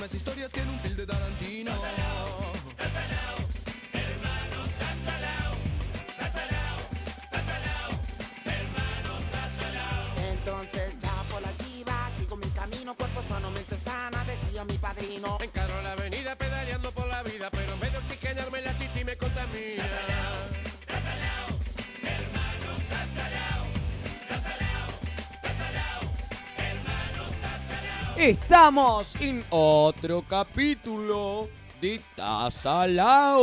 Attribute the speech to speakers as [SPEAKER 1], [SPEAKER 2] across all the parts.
[SPEAKER 1] más historias que en un film de Tarantino.
[SPEAKER 2] Entonces ya por la chiva sigo mi camino, cuerpo sano, mente sana, decía mi padrino.
[SPEAKER 1] Encaro la avenida pedaleando por la vida, pero en vez de oxigenarme la city me contamina.
[SPEAKER 3] Estamos en otro capítulo de Tazalao.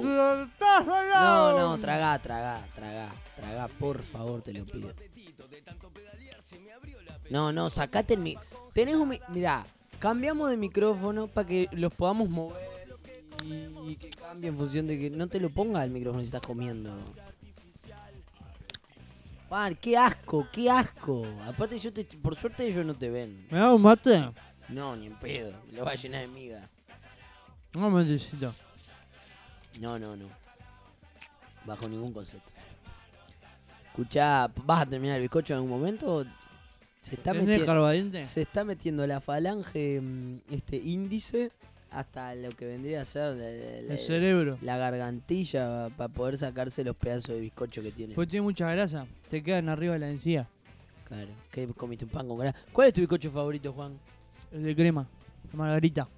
[SPEAKER 4] No, no, traga, traga, traga, traga, por favor, te lo pido. No, no, sacate el mi. Tenés un mi- Mirá, cambiamos de micrófono para que los podamos mover y, y que cambie en función de que no te lo ponga el micrófono si estás comiendo. Par, qué asco, qué asco. Aparte yo te, por suerte ellos no te ven.
[SPEAKER 5] ¿Me da un mate?
[SPEAKER 4] No, ni en pedo. Me lo va a llenar de miga.
[SPEAKER 5] No me necesito.
[SPEAKER 4] No, no, no. Bajo ningún concepto. Escuchá, ¿vas a terminar el bizcocho en algún momento? o Se está,
[SPEAKER 5] ¿Tenés
[SPEAKER 4] metiendo,
[SPEAKER 5] carbadiente?
[SPEAKER 4] se está metiendo la falange, mm, este índice, hasta lo que vendría a ser la, la- la-
[SPEAKER 5] El cerebro.
[SPEAKER 4] la gargantilla para poder sacarse los pedazos de bizcocho que tiene.
[SPEAKER 5] Porque Pues tiene mucha grasa. Te quedan arriba de la encía.
[SPEAKER 4] Claro, ¿qué comiste un pan con grasa? ¿Cuál es tu bizcocho favorito, Juan?
[SPEAKER 5] El de crema. La margarita.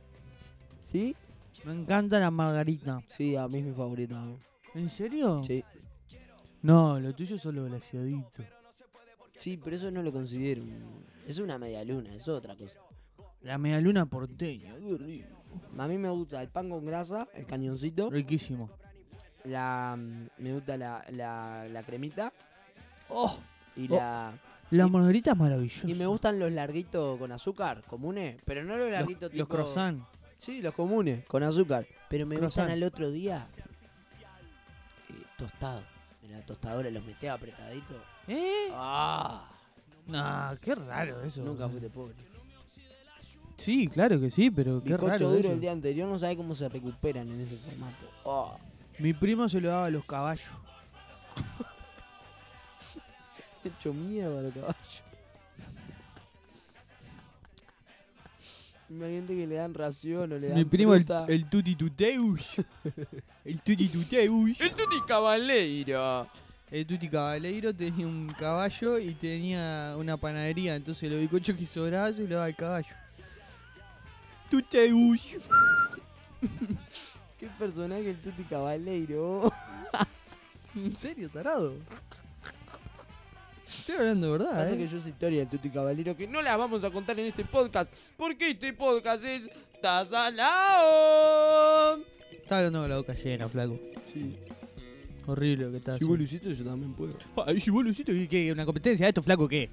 [SPEAKER 4] ¿Sí?
[SPEAKER 5] Me encanta la margarita.
[SPEAKER 4] Sí, a mí es mi favorito. a mí.
[SPEAKER 5] ¿En serio?
[SPEAKER 4] Sí.
[SPEAKER 5] No, lo tuyo es solo glaciadito.
[SPEAKER 4] Sí, pero eso no lo considero. un- Es una media luna, es otra cosa.
[SPEAKER 5] La medialuna porteña. qué rico.
[SPEAKER 4] A mí me gusta el pan con grasa, el cañoncito.
[SPEAKER 5] Riquísimo.
[SPEAKER 4] La mm, me gusta la, la, la cremita. Y la
[SPEAKER 5] La
[SPEAKER 4] Oh. Y-
[SPEAKER 5] margarita es maravillosa.
[SPEAKER 4] y me gustan los larguitos con azúcar comunes, pero no los
[SPEAKER 5] los,
[SPEAKER 4] larguitos
[SPEAKER 5] los
[SPEAKER 4] tipo Ah.
[SPEAKER 5] croissant.
[SPEAKER 4] Sí, los comunes con azúcar, pero me
[SPEAKER 5] Croissant.
[SPEAKER 4] gustan al otro día eh, tostado. En la tostadora los metía apretaditos.
[SPEAKER 5] ¿Eh?
[SPEAKER 4] Ah,
[SPEAKER 5] Nah, qué raro eso.
[SPEAKER 4] nunca fuiste pobre.
[SPEAKER 5] Sí, claro que sí, pero qué
[SPEAKER 4] Bizcocho
[SPEAKER 5] raro
[SPEAKER 4] duro
[SPEAKER 5] eso.
[SPEAKER 4] el día anterior no sabe cómo se recuperan en ese formato. Ah.
[SPEAKER 5] Mi primo se lo daba a los caballos.
[SPEAKER 4] hecho mierda los caballos. Imagínate que le dan ración o le dan
[SPEAKER 5] Mi primo el,
[SPEAKER 4] fruta.
[SPEAKER 5] el tutituteus. el tutituteus.
[SPEAKER 3] El Tuti Cabaleiro.
[SPEAKER 5] El tuti cabaleiro tenía un caballo y tenía una panadería. Entonces los bizcochos que sobraba se lo daba al caballo. Tuteus.
[SPEAKER 4] Qué personaje el Tuti Cabaleiro.
[SPEAKER 5] ¿En serio, tarado? Estoy hablando de verdad,
[SPEAKER 4] Pasa
[SPEAKER 5] ¿eh?
[SPEAKER 4] que yo sé historia del Tuti Cabaleiro que
[SPEAKER 3] No la vamos a contar en este podcast, porque este podcast es Tazalao.
[SPEAKER 5] Estaba hablando con la boca llena, flaco.
[SPEAKER 4] Sí.
[SPEAKER 5] Horrible lo que estás haciendo.
[SPEAKER 4] hiciste yo también puedo.
[SPEAKER 5] Ay, si vos lo hiciste, ¿qué, ¿qué? ¿Una competencia? ¿Esto, flaco, qué?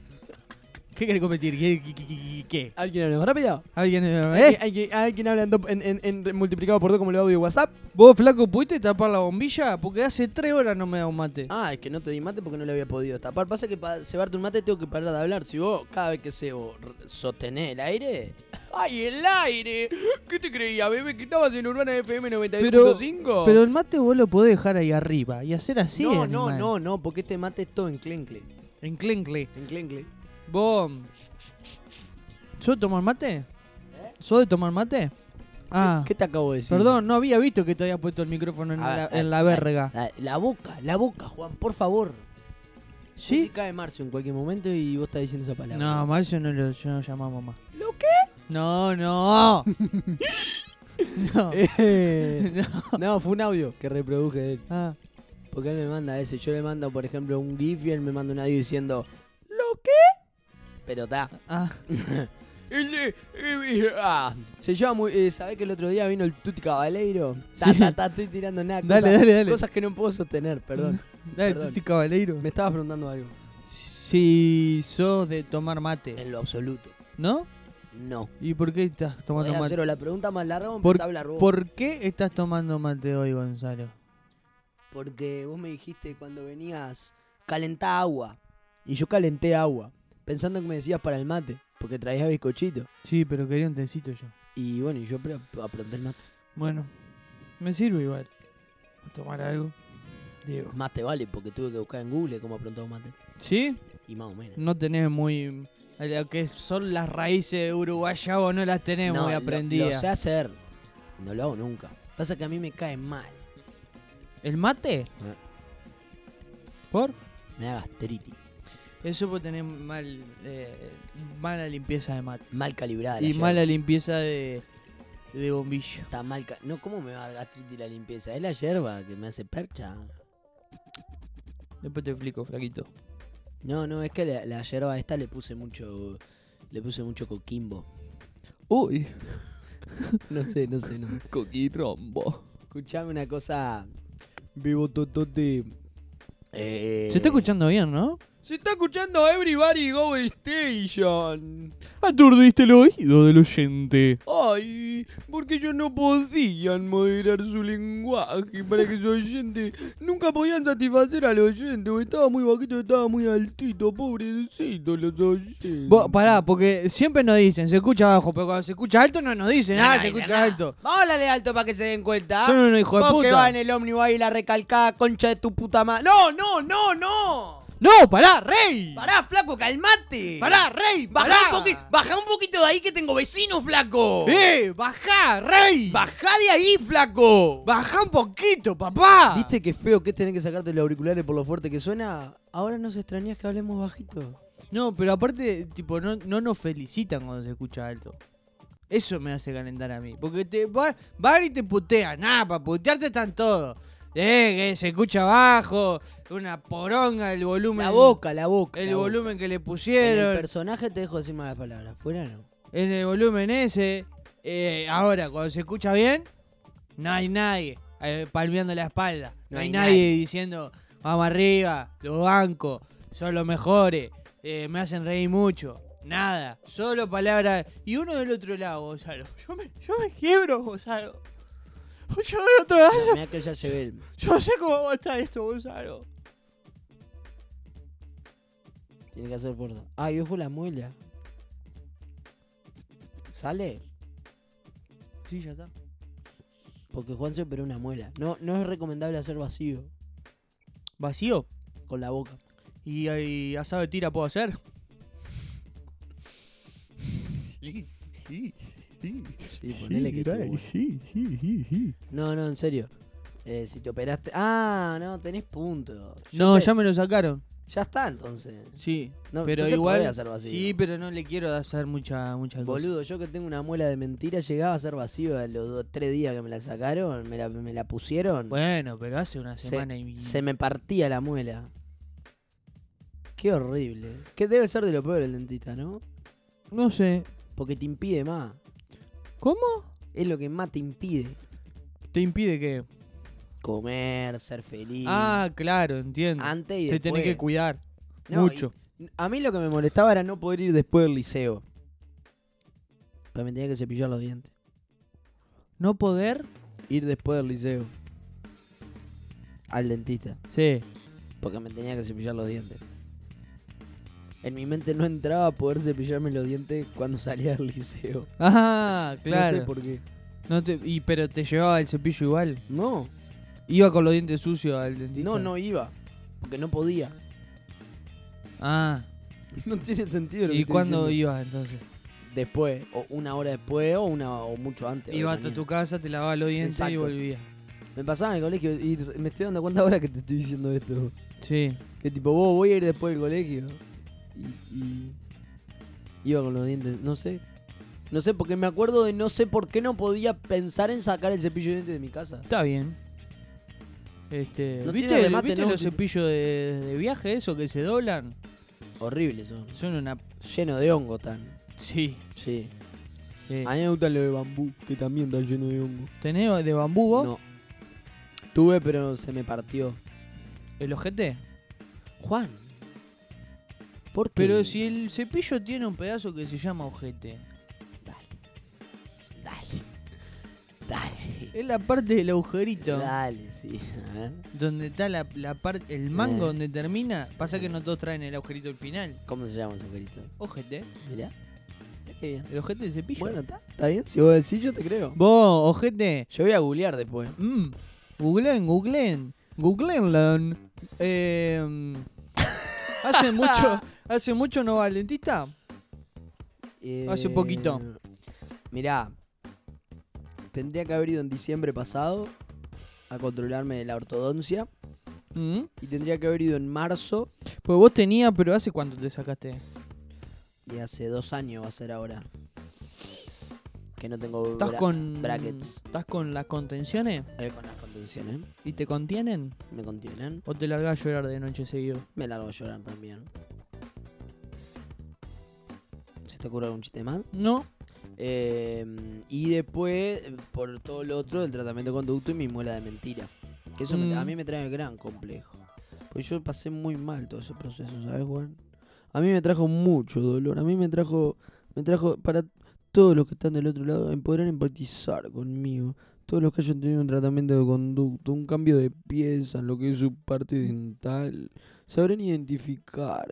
[SPEAKER 5] ¿Qué querés competir? ¿Qué? ¿Qué? qué, qué, qué?
[SPEAKER 4] ¿Alguien habla más rápido?
[SPEAKER 5] ¿Alguien?
[SPEAKER 4] ¿Hay,
[SPEAKER 5] ¿Eh?
[SPEAKER 4] hay, que- hay quien habla en, do- en- en- en multiplicado por dos como el audio de WhatsApp?
[SPEAKER 5] ¿Vos, flaco, pudiste tapar la bombilla? Porque hace tres horas no me da un mate.
[SPEAKER 4] Ah, es que no te di mate porque no lo había podido tapar. Pasa que para cebarte un mate tengo que parar de hablar. Si vos cada vez que cebo r- sostenés el aire,
[SPEAKER 3] ¡Ay, el aire! ¿Qué te creía, bebé? ¿Que estabas en Urbana FM 92.5?
[SPEAKER 5] Pero, el mate vos lo podés dejar ahí arriba y hacer así.
[SPEAKER 4] no, no, no, no, porque este mate es todo enclencle.
[SPEAKER 5] Enclencle.
[SPEAKER 4] Enclencle.
[SPEAKER 5] Vos. ¿Sos de tomar mate? ¿Sos de tomar mate? Ah,
[SPEAKER 4] ¿Qué te acabo de decir?
[SPEAKER 5] perdón, no había visto que te había puesto el micrófono en,
[SPEAKER 4] A
[SPEAKER 5] la,
[SPEAKER 4] ver,
[SPEAKER 5] en
[SPEAKER 4] a-
[SPEAKER 5] la
[SPEAKER 4] a-
[SPEAKER 5] verga.
[SPEAKER 4] a- La, boca, la boca, Juan, por favor. Si
[SPEAKER 5] ¿Sí?
[SPEAKER 4] cae Marcio en cualquier momento y vos estás diciendo esa palabra.
[SPEAKER 5] No, Marcio no lo yo no llamamos más. ¿Lo qué? No, no. no.
[SPEAKER 4] Eh,
[SPEAKER 5] no.
[SPEAKER 4] no, fue un audio que reproduje él.
[SPEAKER 5] Ah,
[SPEAKER 4] Porque él me manda ese. Yo le mando, por ejemplo, un GIF y él me manda un audio diciendo, ¿lo qué? Pero está.
[SPEAKER 5] ah.
[SPEAKER 3] El de- eh, eh, ah.
[SPEAKER 4] Se lleva muy. eh, ¿Sabés que el otro día vino el Tuti Cabaleiro? Ta,
[SPEAKER 5] Sí.
[SPEAKER 4] ta, ta, estoy tirando nada.
[SPEAKER 5] Dale,
[SPEAKER 4] cosas,
[SPEAKER 5] dale, dale.
[SPEAKER 4] Cosas que no puedo sostener, perdón.
[SPEAKER 5] Dale,
[SPEAKER 4] Perdón.
[SPEAKER 5] Tuti Cabaleiro.
[SPEAKER 4] me estabas preguntando algo.
[SPEAKER 5] Si sos de tomar mate,
[SPEAKER 4] En lo absoluto.
[SPEAKER 5] ¿no?
[SPEAKER 4] No.
[SPEAKER 5] ¿Y por qué estás tomando
[SPEAKER 4] Podés
[SPEAKER 5] mate?
[SPEAKER 4] hacer o la pregunta más larga o
[SPEAKER 5] Por-
[SPEAKER 4] empezá a hablar vos.
[SPEAKER 5] ¿Por qué estás tomando mate hoy, Gonzalo?
[SPEAKER 4] Porque vos me dijiste cuando venías, calentá agua. Y yo calenté agua, pensando que me decías para el mate, porque traías bizcochito.
[SPEAKER 5] Sí, pero quería un tecito yo.
[SPEAKER 4] Y bueno, y yo pre- aprendí el mate.
[SPEAKER 5] Bueno, me sirve igual. A tomar algo. Digo.
[SPEAKER 4] Más te vale, porque tuve que buscar en Google cómo aprontar un mate.
[SPEAKER 5] ¿Sí?
[SPEAKER 4] Y más o menos.
[SPEAKER 5] No tenés muy a lo que son las raíces uruguayas vos no las tenemos
[SPEAKER 4] no,
[SPEAKER 5] y
[SPEAKER 4] lo-
[SPEAKER 5] aprendidas.
[SPEAKER 4] Lo, sé hacer. No lo hago nunca. Pasa que a mí me cae mal.
[SPEAKER 5] ¿El mate?
[SPEAKER 4] Eh.
[SPEAKER 5] ¿Por?
[SPEAKER 4] Me da gastritis.
[SPEAKER 5] Eso puede tener mal, eh, mala limpieza de mate.
[SPEAKER 4] Mal calibrada. la
[SPEAKER 5] Y
[SPEAKER 4] llave.
[SPEAKER 5] mala limpieza de, de bombillo.
[SPEAKER 4] Está mal. ca- No, ¿cómo me va a dar gastritis la limpieza? Es la yerba que me hace percha.
[SPEAKER 5] Después te explico, flaquito.
[SPEAKER 4] No, no, es que la, la yerba esta le puse mucho. Le puse mucho coquimbo.
[SPEAKER 5] Uy,
[SPEAKER 4] No sé, no sé, no.
[SPEAKER 5] coquitrombo.
[SPEAKER 4] Escuchame una cosa. Vivo totote. Eh,
[SPEAKER 5] Se está escuchando bien, ¿no?
[SPEAKER 3] Se está escuchando Everybody Go Station.
[SPEAKER 5] Aturdiste el oído del oyente.
[SPEAKER 3] Ay, porque yo no podían moderar su lenguaje para que su oyente. Nunca podían satisfacer al oyente. o Estaba muy bajito, estaba muy altito. Pobrecito los oyentes.
[SPEAKER 5] pará, porque siempre nos dicen, se escucha abajo, pero cuando se escucha alto no nos dicen, ah, se escucha alto.
[SPEAKER 4] Vamos a darle alto para que se den cuenta. ¿ah?
[SPEAKER 5] Son unos hijos de
[SPEAKER 4] Vos que
[SPEAKER 5] puta.
[SPEAKER 4] va en el ómnibus ahí la recalcada concha de tu puta madre. No, no, no, no.
[SPEAKER 5] No, pará, rey.
[SPEAKER 4] Pará, flaco, calmate.
[SPEAKER 5] Pará, rey,
[SPEAKER 4] Bajá,
[SPEAKER 5] pará.
[SPEAKER 4] Un poqui- bajá un poquito de ahí que tengo vecino, flaco.
[SPEAKER 5] Eh, bajá, rey.
[SPEAKER 4] Bajá de ahí, flaco.
[SPEAKER 5] bajá un poquito, papá.
[SPEAKER 4] ¿Viste qué feo que es tener que sacarte los auriculares por lo fuerte que suena? Ahora nos extrañas que hablemos bajito.
[SPEAKER 5] No, pero aparte, tipo, no, no nos felicitan cuando se escucha alto. Eso me hace calentar a mí. Porque te va- van y te putean. Nada, para putearte están todos. Eh, que se escucha abajo. Una poronga el volumen.
[SPEAKER 4] La boca, la boca.
[SPEAKER 5] El
[SPEAKER 4] la boca.
[SPEAKER 5] volumen que le
[SPEAKER 4] En
[SPEAKER 5] pusieron.
[SPEAKER 4] el personaje te dejo decir malas palabras. Fuera no.
[SPEAKER 5] en el volumen ese. Eh, ahora, cuando se escucha bien, no hay nadie eh, palmeando la espalda. No, hay, nadie, diciendo, vamos arriba, los bancos, son los mejores, eh, me hacen reír mucho. Nada, solo palabras. Y uno del otro lado, Gonzalo. Yo me, yo me quiebro, Gonzalo. Yo del otro lado,
[SPEAKER 4] Mirá que ya llevé el.
[SPEAKER 5] yo sé cómo va a estar esto, Gonzalo.
[SPEAKER 4] Tiene que hacer fuerza. Ay, ojo la muela. ¿Sale?
[SPEAKER 5] Sí, ya está.
[SPEAKER 4] Porque Juan se operó una muela. No, no es recomendable hacer vacío
[SPEAKER 5] Vacío.
[SPEAKER 4] con la boca.
[SPEAKER 5] ¿Y, eh, y asado de tira puedo hacer?
[SPEAKER 4] Sí, ponele que estuvo bueno. No, no, en serio. Eh, si te operaste. Ah, no, tenés puntos. Yo
[SPEAKER 5] No,
[SPEAKER 4] te-
[SPEAKER 5] ya me lo sacaron.
[SPEAKER 4] Ya está entonces.
[SPEAKER 5] Sí,
[SPEAKER 4] No,
[SPEAKER 5] pero
[SPEAKER 4] entonces
[SPEAKER 5] igual.
[SPEAKER 4] podés hacer vacío.
[SPEAKER 5] Sí, pero no le quiero hacer mucha, mucha cosa.
[SPEAKER 4] Boludo, yo que tengo una muela de mentira, llegaba a ser vacío a los dos, tres días que me la sacaron, me la, me la pusieron.
[SPEAKER 5] Bueno, pero hace una
[SPEAKER 4] Se-
[SPEAKER 5] semana y.
[SPEAKER 4] Se me partía la muela. Qué horrible. Que debe ser de lo peor el dentista, ¿no?
[SPEAKER 5] No sé.
[SPEAKER 4] Porque te impide más.
[SPEAKER 5] ¿Cómo?
[SPEAKER 4] Es lo que más te impide.
[SPEAKER 5] ¿Te impide que
[SPEAKER 4] Comer, ser feliz.
[SPEAKER 5] Ah, claro, entiendo.
[SPEAKER 4] antes y
[SPEAKER 5] Te
[SPEAKER 4] después.
[SPEAKER 5] tenés que cuidar.
[SPEAKER 4] No,
[SPEAKER 5] mucho.
[SPEAKER 4] y- a mí lo que me molestaba era no poder ir después del liceo. Pero me tenía que cepillar los dientes.
[SPEAKER 5] ¿No poder?
[SPEAKER 4] Ir después del liceo. Al dentista.
[SPEAKER 5] Sí.
[SPEAKER 4] Porque me tenía que cepillar los dientes. En mi mente no entraba a poder cepillarme los dientes cuando salía del liceo.
[SPEAKER 5] Ah, claro.
[SPEAKER 4] No sé por qué.
[SPEAKER 5] No te... y, pero te llevaba el cepillo igual.
[SPEAKER 4] No,
[SPEAKER 5] Iba con los dientes sucios al dentista.
[SPEAKER 4] no, no iba. Porque no podía.
[SPEAKER 5] Ah,
[SPEAKER 4] No tiene sentido lo que
[SPEAKER 5] ¿y
[SPEAKER 4] estoy
[SPEAKER 5] cuándo
[SPEAKER 4] diciendo.
[SPEAKER 5] ibas entonces?
[SPEAKER 4] Después, o una hora después, o una o mucho antes.
[SPEAKER 5] Ibas
[SPEAKER 4] obviamente.
[SPEAKER 5] a tu casa, te lavabas los dientes y
[SPEAKER 4] Exacto.
[SPEAKER 5] volvías.
[SPEAKER 4] Me pasaba en el colegio y r- me estoy dando cuenta ahora que te estoy diciendo esto.
[SPEAKER 5] Sí.
[SPEAKER 4] Que tipo, vos voy a ir después del colegio. Y, y- Iba con los dientes, no sé. No sé, porque me acuerdo de no sé por qué no podía pensar en sacar el cepillo de dientes de mi casa.
[SPEAKER 5] Está bien. Este,
[SPEAKER 4] No
[SPEAKER 5] ¿Viste,
[SPEAKER 4] tiene remate,
[SPEAKER 5] viste
[SPEAKER 4] ¿no?
[SPEAKER 5] los cepillos de, de viaje, eso que se doblan?
[SPEAKER 4] Horrible eso.
[SPEAKER 5] Son una.
[SPEAKER 4] Lleno de hongo tan.
[SPEAKER 5] Sí.
[SPEAKER 4] Sí.
[SPEAKER 5] Eh,
[SPEAKER 4] A mí me gustan los de bambú, que también están llenos de hongo.
[SPEAKER 5] ¿Tenés de bambú vos?
[SPEAKER 4] No. Tuve, pero se me partió.
[SPEAKER 5] ¿El ojete?
[SPEAKER 4] Juan. ¿Por qué?
[SPEAKER 5] Pero si el cepillo tiene un pedazo que se llama ojete,
[SPEAKER 4] Dale. Dale. Dale.
[SPEAKER 5] es la parte del agujerito
[SPEAKER 4] Dale, sí. A ver.
[SPEAKER 5] donde está la, la parte, el mango
[SPEAKER 4] Eh.
[SPEAKER 5] donde termina. Pasa que no todos traen el agujerito al final.
[SPEAKER 4] ¿Cómo se llama ese agujerito?
[SPEAKER 5] Ojete,
[SPEAKER 4] Mirá. Mirá qué bien.
[SPEAKER 5] el ojete del cepillo.
[SPEAKER 4] Bueno, está. ¿Está bien? Si vos decís, yo te creo.
[SPEAKER 5] Vos, ojete,
[SPEAKER 4] Yo voy a googlear después.
[SPEAKER 5] Mm, googleen, googleen, googleenlan. Em, Eh, hace mucho, hace mucho no va al dentista. Hace
[SPEAKER 4] Eh,
[SPEAKER 5] poquito.
[SPEAKER 4] Mirá, tendría que haber ido en diciembre pasado a controlarme de la ortodoncia
[SPEAKER 5] Mm.
[SPEAKER 4] y tendría que haber ido en marzo
[SPEAKER 5] Pues vos tenías, pero ¿hace cuánto te sacaste?
[SPEAKER 4] y hace dos años va a ser ahora. Que no tengo
[SPEAKER 5] ¿Estás
[SPEAKER 4] bra-
[SPEAKER 5] con.
[SPEAKER 4] brackets.
[SPEAKER 5] ¿Estás con las contenciones?
[SPEAKER 4] Eh, con las contenciones.
[SPEAKER 5] ¿Y te contienen?
[SPEAKER 4] Me contienen.
[SPEAKER 5] ¿O te largas a llorar de noche seguido?
[SPEAKER 4] Me largo a llorar también. ¿Se te ocurre algún chiste más?
[SPEAKER 5] No.
[SPEAKER 4] Eh, y después, por todo lo otro, el tratamiento de conducto y mi muela de mentira. Que eso me-
[SPEAKER 5] Mm.
[SPEAKER 4] a mí me trae gran complejo. Pues yo pasé muy mal todo ese proceso, ¿sabes, Juan? A mí me trajo mucho dolor. A mí me trajo. Me trajo para todos los que están del otro lado, en poder empatizar conmigo. Todos los que hayan tenido un tratamiento de conducto, un cambio de pieza en lo que es su parte dental, sabrán identificar,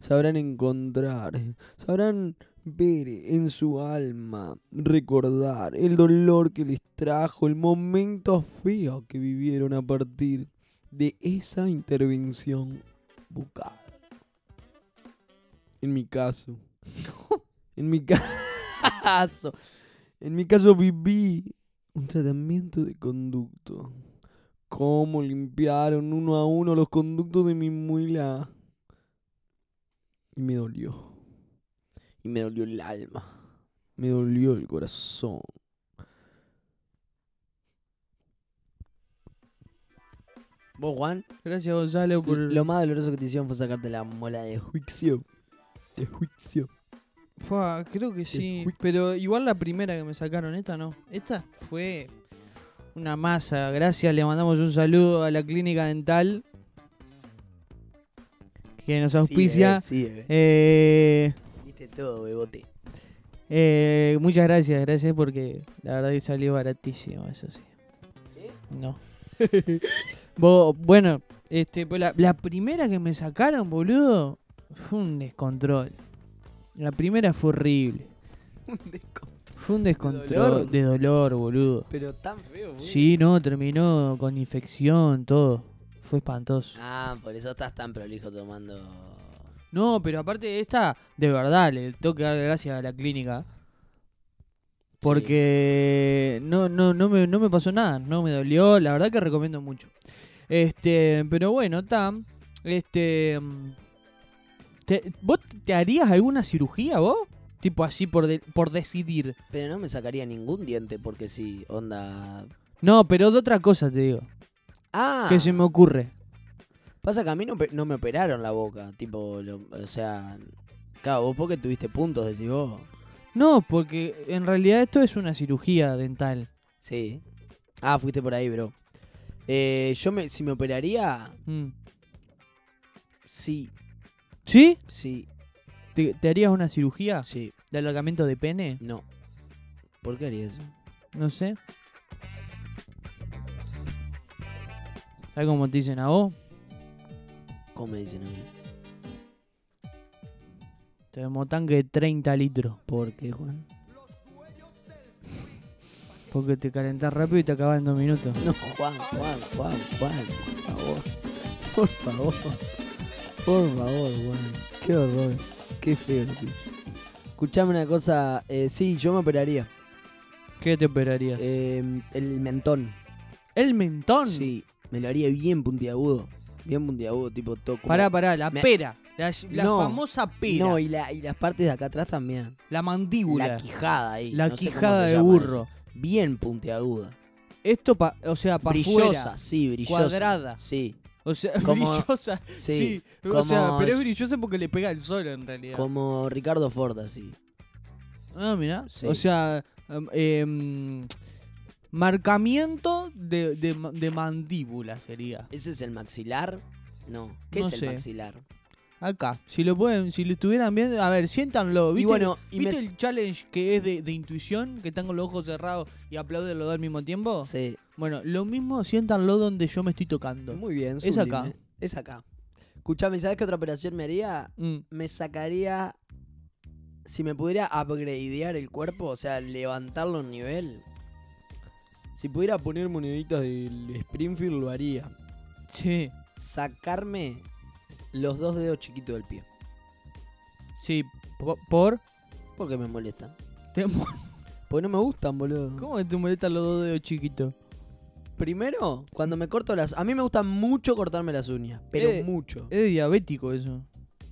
[SPEAKER 4] sabrán encontrar, sabrán ver en su alma, recordar el dolor que les trajo, el momento feo que vivieron a partir de esa intervención bucal. En mi caso, en mi caso, en mi caso viví un tratamiento de conducto. Cómo limpiaron uno a uno los conductos de mi muela. Y me dolió. Y me dolió el alma. Me dolió el corazón. ¿Vos, Juan?
[SPEAKER 5] Gracias, Gonzalo, por.
[SPEAKER 4] Lo más doloroso que te hicieron fue sacarte la muela de juicio. De juicio.
[SPEAKER 5] Fua, creo que sí.
[SPEAKER 4] juicio.
[SPEAKER 5] Pero igual la primera que me sacaron, esta no. Esta fue una masa. Gracias, le mandamos un saludo a la clínica dental. Que nos auspicia.
[SPEAKER 4] Sí, eh,
[SPEAKER 5] Eh,
[SPEAKER 4] Viste todo, bebote.
[SPEAKER 5] eh, muchas gracias, gracias porque la verdad que salió baratísimo, eso sí. No. Bo- bueno, este, pues la, la primera que me sacaron, boludo, fue un descontrol. La primera fue horrible. Fue un descontrol
[SPEAKER 4] dolor?
[SPEAKER 5] de dolor, boludo.
[SPEAKER 4] Pero tan feo, boludo.
[SPEAKER 5] Sí, no, terminó con infección, todo. Fue espantoso.
[SPEAKER 4] Ah, por eso estás tan prolijo tomando.
[SPEAKER 5] No, pero aparte de esta, de verdad, le tengo que dar gracias a la clínica. Porque no, no, no, me, no me pasó nada, no me dolió, la verdad que recomiendo mucho. Este, pero bueno, Tam, este. mm, te- ¿Vos te harías alguna cirugía vos? Tipo así por, de- por decidir.
[SPEAKER 4] Pero no me sacaría ningún diente porque sí, onda.
[SPEAKER 5] No, pero de otra cosa te digo.
[SPEAKER 4] Ah,
[SPEAKER 5] Que se me ocurre.
[SPEAKER 4] pasa que a mí no, pe- no me operaron la boca. Tipo, lo- o sea. Claro, vos porque tuviste puntos, decís vos.
[SPEAKER 5] No, porque en realidad esto es una cirugía dental.
[SPEAKER 4] Sí. Ah, fuiste por ahí, bro. Eh, yo me, si me operaría,
[SPEAKER 5] Mm.
[SPEAKER 4] sí,
[SPEAKER 5] ¿Sí?
[SPEAKER 4] sí,
[SPEAKER 5] ¿Te, te harías una cirugía
[SPEAKER 4] sí,
[SPEAKER 5] de alargamiento de pene?
[SPEAKER 4] no. ¿Por qué haría eso?
[SPEAKER 5] No sé. ¿Sabes cómo te dicen a vos?
[SPEAKER 4] ¿Cómo me dicen a mí?
[SPEAKER 5] Tenemos tanque de 30 litros.
[SPEAKER 4] ¿Por qué, Juan?
[SPEAKER 5] Porque te calentás rápido y te acabas en dos minutos.
[SPEAKER 4] No, Juan, Juan, Juan, Juan, por favor. Por favor. Por favor, Juan. Qué horror. Qué feo. lo tuyo. Escuchame una cosa. eh, sí, yo me operaría.
[SPEAKER 5] ¿Qué te operarías?
[SPEAKER 4] Eh, el mentón.
[SPEAKER 5] el mentón.
[SPEAKER 4] Sí, me lo haría bien puntiagudo. Bien puntiagudo, tipo toco.
[SPEAKER 5] Pará, pará, la
[SPEAKER 4] Me-
[SPEAKER 5] pera. La, la
[SPEAKER 4] No.
[SPEAKER 5] famosa pera.
[SPEAKER 4] No, y, la- y las partes de acá atrás también.
[SPEAKER 5] la mandíbula.
[SPEAKER 4] La quijada ahí.
[SPEAKER 5] La
[SPEAKER 4] no sé cómo
[SPEAKER 5] quijada
[SPEAKER 4] se
[SPEAKER 5] de
[SPEAKER 4] llama
[SPEAKER 5] burro.
[SPEAKER 4] eso. Bien puntiaguda.
[SPEAKER 5] Esto, pa- o sea, para
[SPEAKER 4] brillosa,
[SPEAKER 5] afuera.
[SPEAKER 4] sí, brillosa.
[SPEAKER 5] Cuadrada.
[SPEAKER 4] Sí,
[SPEAKER 5] O sea,
[SPEAKER 4] Como-
[SPEAKER 5] brillosa.
[SPEAKER 4] sí.
[SPEAKER 5] Sí. O sea,
[SPEAKER 4] como-
[SPEAKER 5] pero es brillosa porque le pega el sol en realidad.
[SPEAKER 4] Como Ricardo Ford, así.
[SPEAKER 5] Ah, mira.
[SPEAKER 4] Sí.
[SPEAKER 5] O sea, em, em, marcamiento de, de ma- de mandíbula sería.
[SPEAKER 4] ¿Ese es el maxilar? No. ¿Qué
[SPEAKER 5] No
[SPEAKER 4] es el
[SPEAKER 5] sé.
[SPEAKER 4] maxilar?
[SPEAKER 5] Acá, si lo pueden, si lo estuvieran viendo, a ver, siéntanlo.
[SPEAKER 4] Y
[SPEAKER 5] ¿Viste,
[SPEAKER 4] bueno, y
[SPEAKER 5] ¿viste
[SPEAKER 4] me-
[SPEAKER 5] el challenge que es de, de intuición? Que están con los ojos cerrados y aplauden los dos al mismo tiempo.
[SPEAKER 4] Sí.
[SPEAKER 5] Bueno, lo mismo, siéntanlo donde yo me estoy tocando.
[SPEAKER 4] Muy bien.
[SPEAKER 5] Es
[SPEAKER 4] sublime.
[SPEAKER 5] acá.
[SPEAKER 4] Es acá. Escuchame, ¿sabes qué otra operación me haría?
[SPEAKER 5] Mm.
[SPEAKER 4] Me sacaría. Si me pudiera upgradear el cuerpo, o sea, levantarlo un nivel. Si pudiera poner moneditas del Springfield, lo haría.
[SPEAKER 5] Sí,
[SPEAKER 4] sacarme los dos dedos chiquitos del pie.
[SPEAKER 5] sí, po- por.
[SPEAKER 4] Porque me molestan.
[SPEAKER 5] Te mo-
[SPEAKER 4] Porque Pues no me gustan, boludo.
[SPEAKER 5] ¿Cómo que te molestan los dos dedos chiquitos?
[SPEAKER 4] Primero, cuando me corto las... A mí me gusta mucho cortarme las uñas. Pero
[SPEAKER 5] Eh,
[SPEAKER 4] mucho.
[SPEAKER 5] Es diabético eso.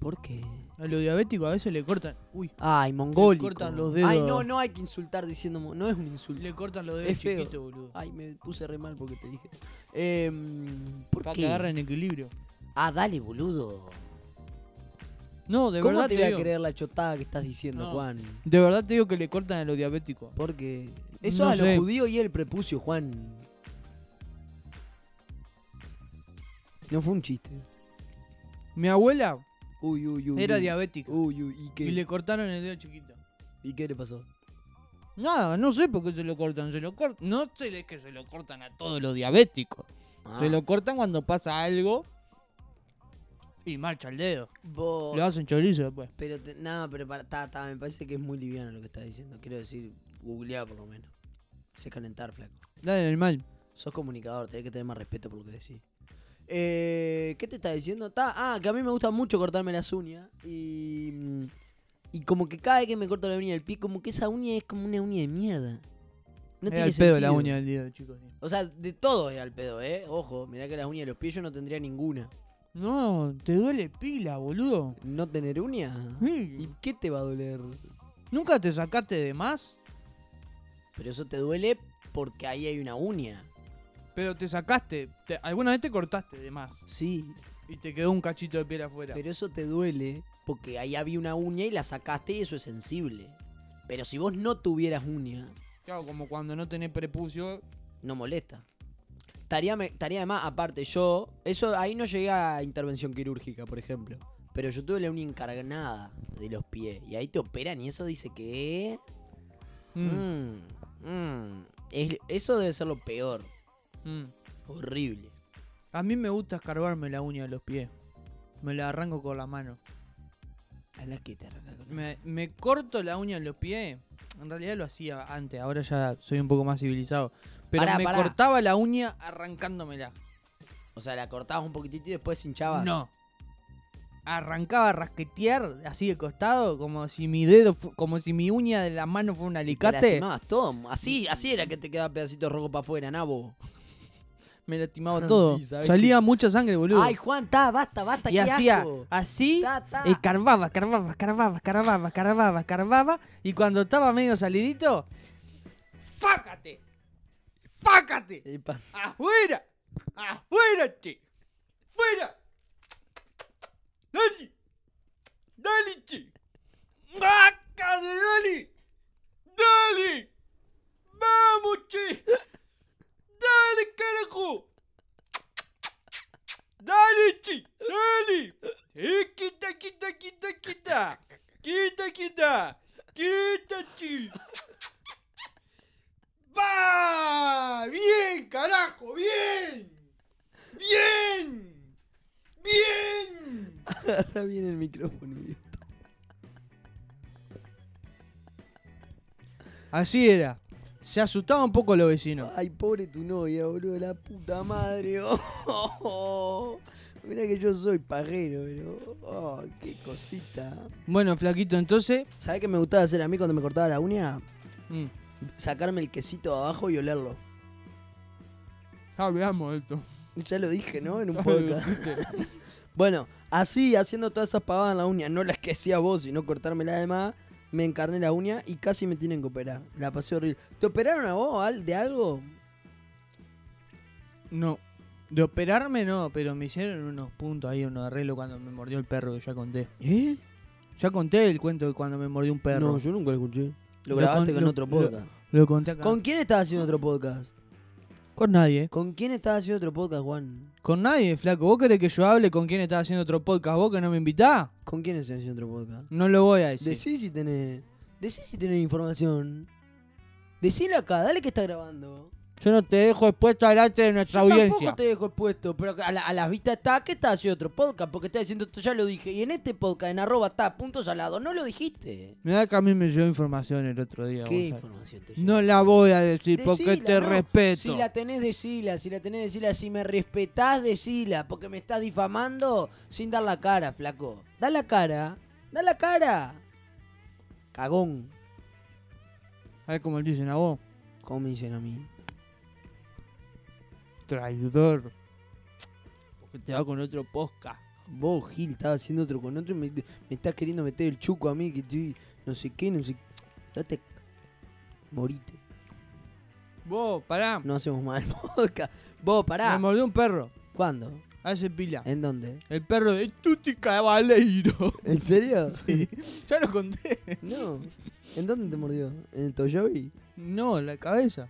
[SPEAKER 4] ¿Por qué?
[SPEAKER 5] A los diabéticos a veces le cortan. Uy,
[SPEAKER 4] Ay, mongólico.
[SPEAKER 5] cortan los dedos.
[SPEAKER 4] Ay, no, no hay que insultar diciendo... mo- No es un insulto.
[SPEAKER 5] le cortan los dedos
[SPEAKER 4] Es feo.
[SPEAKER 5] chiquitos, boludo.
[SPEAKER 4] Ay, me puse re mal porque te dije eso. Em, ¿Por
[SPEAKER 5] Para
[SPEAKER 4] qué?
[SPEAKER 5] que agarren equilibrio.
[SPEAKER 4] Ah, dale, boludo.
[SPEAKER 5] No, de
[SPEAKER 4] ¿Cómo te
[SPEAKER 5] verdad te,
[SPEAKER 4] voy a
[SPEAKER 5] digo.
[SPEAKER 4] creer la chotada que estás diciendo,
[SPEAKER 5] No.
[SPEAKER 4] Juan?
[SPEAKER 5] De verdad te digo que le cortan a los diabéticos.
[SPEAKER 4] Porque eso
[SPEAKER 5] No
[SPEAKER 4] a los
[SPEAKER 5] sé.
[SPEAKER 4] judíos y el prepucio, Juan. No fue un chiste.
[SPEAKER 5] Mi abuela
[SPEAKER 4] Uy, uy, uy.
[SPEAKER 5] era
[SPEAKER 4] uy.
[SPEAKER 5] diabética
[SPEAKER 4] Uy, uy, ¿y qué?
[SPEAKER 5] y le cortaron el dedo chiquito.
[SPEAKER 4] ¿Y qué le pasó?
[SPEAKER 5] Nada, no sé por qué se lo cortan, se lo cortan. No sé, es que se lo cortan a todos los diabéticos.
[SPEAKER 4] Ah.
[SPEAKER 5] Se lo cortan cuando pasa algo y marcha el dedo.
[SPEAKER 4] Vos-
[SPEAKER 5] Lo hacen chorizo después.
[SPEAKER 4] Pero, te- no, pero para, ta, ta, me parece que es muy liviano lo que estás diciendo. Quiero decir, googleado por lo menos. Sé calentar, flaco.
[SPEAKER 5] Dale, animal.
[SPEAKER 4] Sos comunicador, tenés que tener más respeto por lo que decís. Eh, ¿Qué te está diciendo? Ta- ah, que a mí me gusta mucho cortarme las uñas. Y, mm, y como que cada vez que me corto la uña del pie, como que esa uña es como una uña de mierda. No
[SPEAKER 5] Era
[SPEAKER 4] tiene
[SPEAKER 5] el pedo la
[SPEAKER 4] sentido.
[SPEAKER 5] uña del dedo, chicos.
[SPEAKER 4] O sea, de todo es al pedo, ¿eh? Ojo, mirá que las uñas de los pies yo no tendría ninguna.
[SPEAKER 5] No, te duele pila, boludo.
[SPEAKER 4] ¿No tener uña? ¿Y
[SPEAKER 5] Sí.
[SPEAKER 4] qué te va a doler?
[SPEAKER 5] ¿Nunca te sacaste de más?
[SPEAKER 4] Pero eso te duele porque ahí hay una uña.
[SPEAKER 5] Pero te sacaste. te- alguna vez te cortaste de más.
[SPEAKER 4] Sí,
[SPEAKER 5] Y te quedó un cachito de piel afuera.
[SPEAKER 4] Pero eso te duele porque ahí había una uña y la sacaste y eso es sensible. Pero si vos no tuvieras uña,
[SPEAKER 5] Claro, como cuando no tenés prepucio.
[SPEAKER 4] no molesta. Tarea, me- tarea de más, aparte yo, eso ahí no llegué a intervención quirúrgica, por ejemplo. Pero yo tuve la uña encarnada de los pies y ahí te operan y eso dice que...
[SPEAKER 5] Mm,
[SPEAKER 4] Mm, mm. Es- eso debe ser lo peor.
[SPEAKER 5] mm.
[SPEAKER 4] Horrible.
[SPEAKER 5] A mí me gusta escarbarme la uña de los pies. Me la arranco con la mano.
[SPEAKER 4] A la que te arranca con-
[SPEAKER 5] Me, me corto la uña en los pies. En realidad lo hacía antes, ahora ya soy un poco más civilizado. Pero
[SPEAKER 4] Pará,
[SPEAKER 5] me
[SPEAKER 4] pará.
[SPEAKER 5] cortaba la uña arrancándomela.
[SPEAKER 4] O sea, la cortabas un poquitito y después hinchabas.
[SPEAKER 5] No. Arrancaba a rasquetear así de costado, como si mi dedo, fu- como si mi uña de la mano fuera
[SPEAKER 4] Y
[SPEAKER 5] un
[SPEAKER 4] te
[SPEAKER 5] alicate.
[SPEAKER 4] lastimabas todo. Así, así era que te quedaba pedacito rojo para afuera, nabo.
[SPEAKER 5] Me lastimaba
[SPEAKER 4] Sí,
[SPEAKER 5] todo.
[SPEAKER 4] ¿sabés
[SPEAKER 5] Salía mucha sangre, boludo.
[SPEAKER 4] Ay, Juan, ta, basta, basta,
[SPEAKER 5] y
[SPEAKER 4] qué
[SPEAKER 5] hacía
[SPEAKER 4] asco.
[SPEAKER 5] así,
[SPEAKER 4] Ta, ta.
[SPEAKER 5] escarbaba, escarbaba, escarbaba, escarbaba, escarbaba, escarbaba. Y cuando estaba medio salidito, ¡fácate! ¡Fácate!
[SPEAKER 4] Y pa-
[SPEAKER 5] ¡Afuera! ¡Afuera, che! ¡Fuera! ¡Dale! ¡Dale, che! ¡Bácate, dale! ¡Dale! ¡Vamos, che! ¡Dale, carajo! ¡Dale, che! ¡Dale! ¡Eh, quita, quita, quita, quita! ¡Quita, quita! ¡Quita, che! ¡Va! ¡Bien, carajo! ¡Bien! ¡Bien! ¡Bien!
[SPEAKER 4] Agarra bien el micrófono, idiota.
[SPEAKER 5] Así era. Se asustaba un poco los vecinos.
[SPEAKER 4] Ay, pobre tu novia, boludo, la puta madre. Oh, Mirá que yo soy pajero, pero. Oh, qué cosita.
[SPEAKER 5] Bueno, flaquito, entonces.
[SPEAKER 4] ¿Sabés qué me gustaba hacer a mí cuando me cortaba la uña?
[SPEAKER 5] mm,
[SPEAKER 4] Sacarme el quesito abajo y olerlo.
[SPEAKER 5] ya hablamos de esto.
[SPEAKER 4] Ya lo dije, ¿no? En un
[SPEAKER 5] Ya lo
[SPEAKER 4] podcast. Bueno, así, haciendo todas esas pavadas en la uña, no las que hacía vos, sino cortármela de más, me encarné la uña y casi me tienen que operar. La pasé horrible. ¿Te operaron a vos Al, de algo?
[SPEAKER 5] No. De operarme no, pero me hicieron unos puntos ahí, unos arreglos cuando me mordió el perro, que ya conté.
[SPEAKER 4] ¿Eh?
[SPEAKER 5] Ya conté el cuento de cuando me mordió un perro.
[SPEAKER 4] No, yo nunca lo escuché. Lo
[SPEAKER 5] Lo
[SPEAKER 4] grabaste
[SPEAKER 5] con-
[SPEAKER 4] con
[SPEAKER 5] lo-
[SPEAKER 4] otro
[SPEAKER 5] lo-
[SPEAKER 4] podcast.
[SPEAKER 5] Lo conté acá.
[SPEAKER 4] ¿Con quién estabas haciendo otro podcast?
[SPEAKER 5] Con nadie.
[SPEAKER 4] ¿Con quién estabas haciendo otro podcast, Juan?
[SPEAKER 5] Con nadie, flaco. ¿Vos querés que yo hable con quién estaba haciendo otro podcast? ¿Vos que no me invitás?
[SPEAKER 4] ¿Con quién estabas haciendo otro podcast?
[SPEAKER 5] No lo voy a decir.
[SPEAKER 4] Decí si tenés. Decí si tenés información. Decíla acá, dale que está grabando.
[SPEAKER 5] Yo no te dejo expuesto delante de
[SPEAKER 4] Yo
[SPEAKER 5] nuestra
[SPEAKER 4] tampoco
[SPEAKER 5] audiencia.
[SPEAKER 4] te dejo expuesto, pero a, la- a las vistas está que está haciendo otro podcast, porque está diciendo, esto ya lo dije, y en este podcast, en arroba está, punto salado, no lo dijiste.
[SPEAKER 5] Mirá que a mí me llegó información el otro día.
[SPEAKER 4] ¿Qué
[SPEAKER 5] Gonzalo.
[SPEAKER 4] información te llegó?
[SPEAKER 5] No la voy a decir porque
[SPEAKER 4] Decila,
[SPEAKER 5] te
[SPEAKER 4] no.
[SPEAKER 5] respeto.
[SPEAKER 4] Si la tenés, decila, si la tenés, decila, si me respetás, decila, porque me estás difamando sin dar la cara, flaco. Da la cara, da la cara. Cagón.
[SPEAKER 5] A ver cómo le dicen a vos.
[SPEAKER 4] Como me dicen a mí.
[SPEAKER 5] Traidor. Porque te va con otro posca.
[SPEAKER 4] Vos, Gil, estaba haciendo otro con otro y me, me estás queriendo meter el chuco a mí que estoy no sé qué, no sé Date. Morite.
[SPEAKER 5] Vos, pará.
[SPEAKER 4] No hacemos mal podcast. Vos, pará.
[SPEAKER 5] Me mordió un perro.
[SPEAKER 4] ¿Cuándo?
[SPEAKER 5] Hace pila.
[SPEAKER 4] ¿En dónde?
[SPEAKER 5] El perro de Tuti Cabaleiro.
[SPEAKER 4] ¿En serio?
[SPEAKER 5] Sí. ya lo conté.
[SPEAKER 4] No. ¿En dónde te mordió? ¿En el Toyobi?
[SPEAKER 5] No, la cabeza.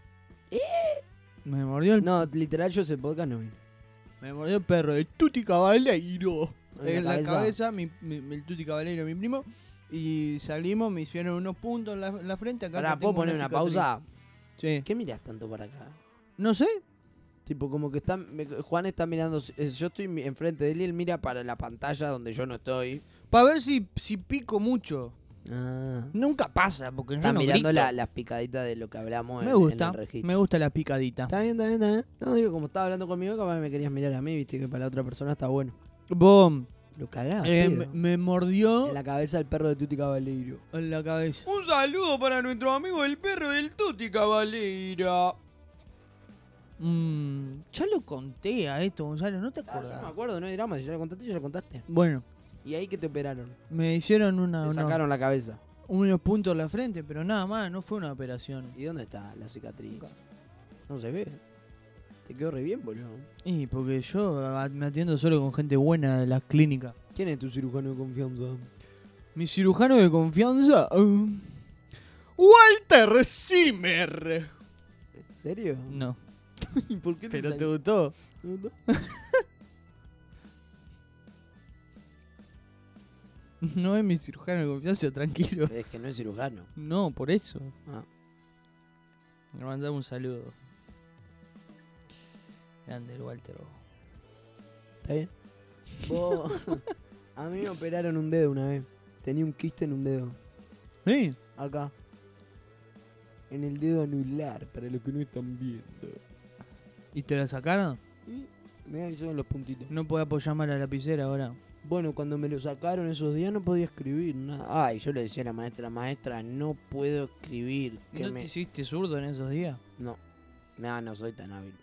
[SPEAKER 5] Me mordió el,
[SPEAKER 4] ¿Eh? No, literal yo ese podcast no vi.
[SPEAKER 5] me mordió el perro de Tuti Cabaleiro.
[SPEAKER 4] ¿En
[SPEAKER 5] En
[SPEAKER 4] la
[SPEAKER 5] la
[SPEAKER 4] cabeza?
[SPEAKER 5] cabeza, mi, mi- mi- el Tuti Cabaleiro, mi primo. Y salimos, me hicieron unos puntos en la, en la frente. Acá
[SPEAKER 4] Pará,
[SPEAKER 5] tengo
[SPEAKER 4] ¿puedo poner una
[SPEAKER 5] cicatriz.
[SPEAKER 4] pausa?
[SPEAKER 5] Sí.
[SPEAKER 4] ¿Qué mirás tanto para acá?
[SPEAKER 5] No sé.
[SPEAKER 4] Tipo, como que está, me- Juan está mirando. eh, Yo estoy mi- enfrente de él y él mira para la pantalla donde yo no estoy.
[SPEAKER 5] Para ver si, si pico mucho.
[SPEAKER 4] Ah.
[SPEAKER 5] Nunca pasa, porque
[SPEAKER 4] Está
[SPEAKER 5] yo no
[SPEAKER 4] mirando
[SPEAKER 5] grito.
[SPEAKER 4] la- las picaditas de lo que hablamos
[SPEAKER 5] Me
[SPEAKER 4] en, en
[SPEAKER 5] gusta,
[SPEAKER 4] el registro.
[SPEAKER 5] me gusta la picadita.
[SPEAKER 4] Está bien, está bien, está bien. No, digo, como estaba hablando conmigo, capaz me querías mirar a mí, viste, que para la otra persona está bueno.
[SPEAKER 5] Bom,
[SPEAKER 4] Lo cagás,
[SPEAKER 5] eh,
[SPEAKER 4] Pedro.
[SPEAKER 5] me, me mordió
[SPEAKER 4] Ah, En la cabeza el perro de Tuti Caballero.
[SPEAKER 5] en la cabeza.
[SPEAKER 3] Un saludo para nuestro amigo el perro del Tuti
[SPEAKER 4] Ah,
[SPEAKER 3] Cabaleira.
[SPEAKER 5] Mm, ya lo conté a esto, Gonzalo, ¿no te
[SPEAKER 4] Ah, yo no me
[SPEAKER 5] acuerdas?
[SPEAKER 4] acuerdo, no hay drama. Si ya lo contaste, ya lo contaste.
[SPEAKER 5] Bueno,
[SPEAKER 4] ¿Y ahí que te operaron?
[SPEAKER 5] me hicieron una,
[SPEAKER 4] te
[SPEAKER 5] una-
[SPEAKER 4] sacaron la cabeza.
[SPEAKER 5] unos puntos en la frente, pero nada más, no fue una operación.
[SPEAKER 4] ¿Y dónde está la cicatriz? No se ve. Te quedó re bien, boludo.
[SPEAKER 5] Y porque yo a- me atiendo solo con gente buena de la clínica.
[SPEAKER 4] ¿Quién es tu cirujano de confianza?
[SPEAKER 5] Mi cirujano de confianza, ah, Walter Zimmer.
[SPEAKER 4] ¿En serio?
[SPEAKER 5] No,
[SPEAKER 4] ¿Por qué
[SPEAKER 5] pero te gustó. No es mi cirujano de confianza, tranquilo.
[SPEAKER 4] Es que no es cirujano.
[SPEAKER 5] No, por eso.
[SPEAKER 4] Ah.
[SPEAKER 5] Le mandamos un saludo. Grande el Walter. vos.
[SPEAKER 4] ¿Está bien? Vos- a mí me operaron un dedo una vez. Tenía un quiste en un dedo.
[SPEAKER 5] ¿Sí?
[SPEAKER 4] Acá. En el dedo anular, para los que no están viendo.
[SPEAKER 5] ¿Y te la sacaron?
[SPEAKER 4] Y me que son los puntitos.
[SPEAKER 5] No puedo apoyar más la lapicera ahora.
[SPEAKER 4] Bueno, cuando me lo sacaron esos días no podía escribir nada. Ay, yo le decía a la maestra, maestra, no puedo escribir. Que
[SPEAKER 5] ¿No
[SPEAKER 4] me...
[SPEAKER 5] te hiciste zurdo en esos días?
[SPEAKER 4] No, no, no soy tan hábil.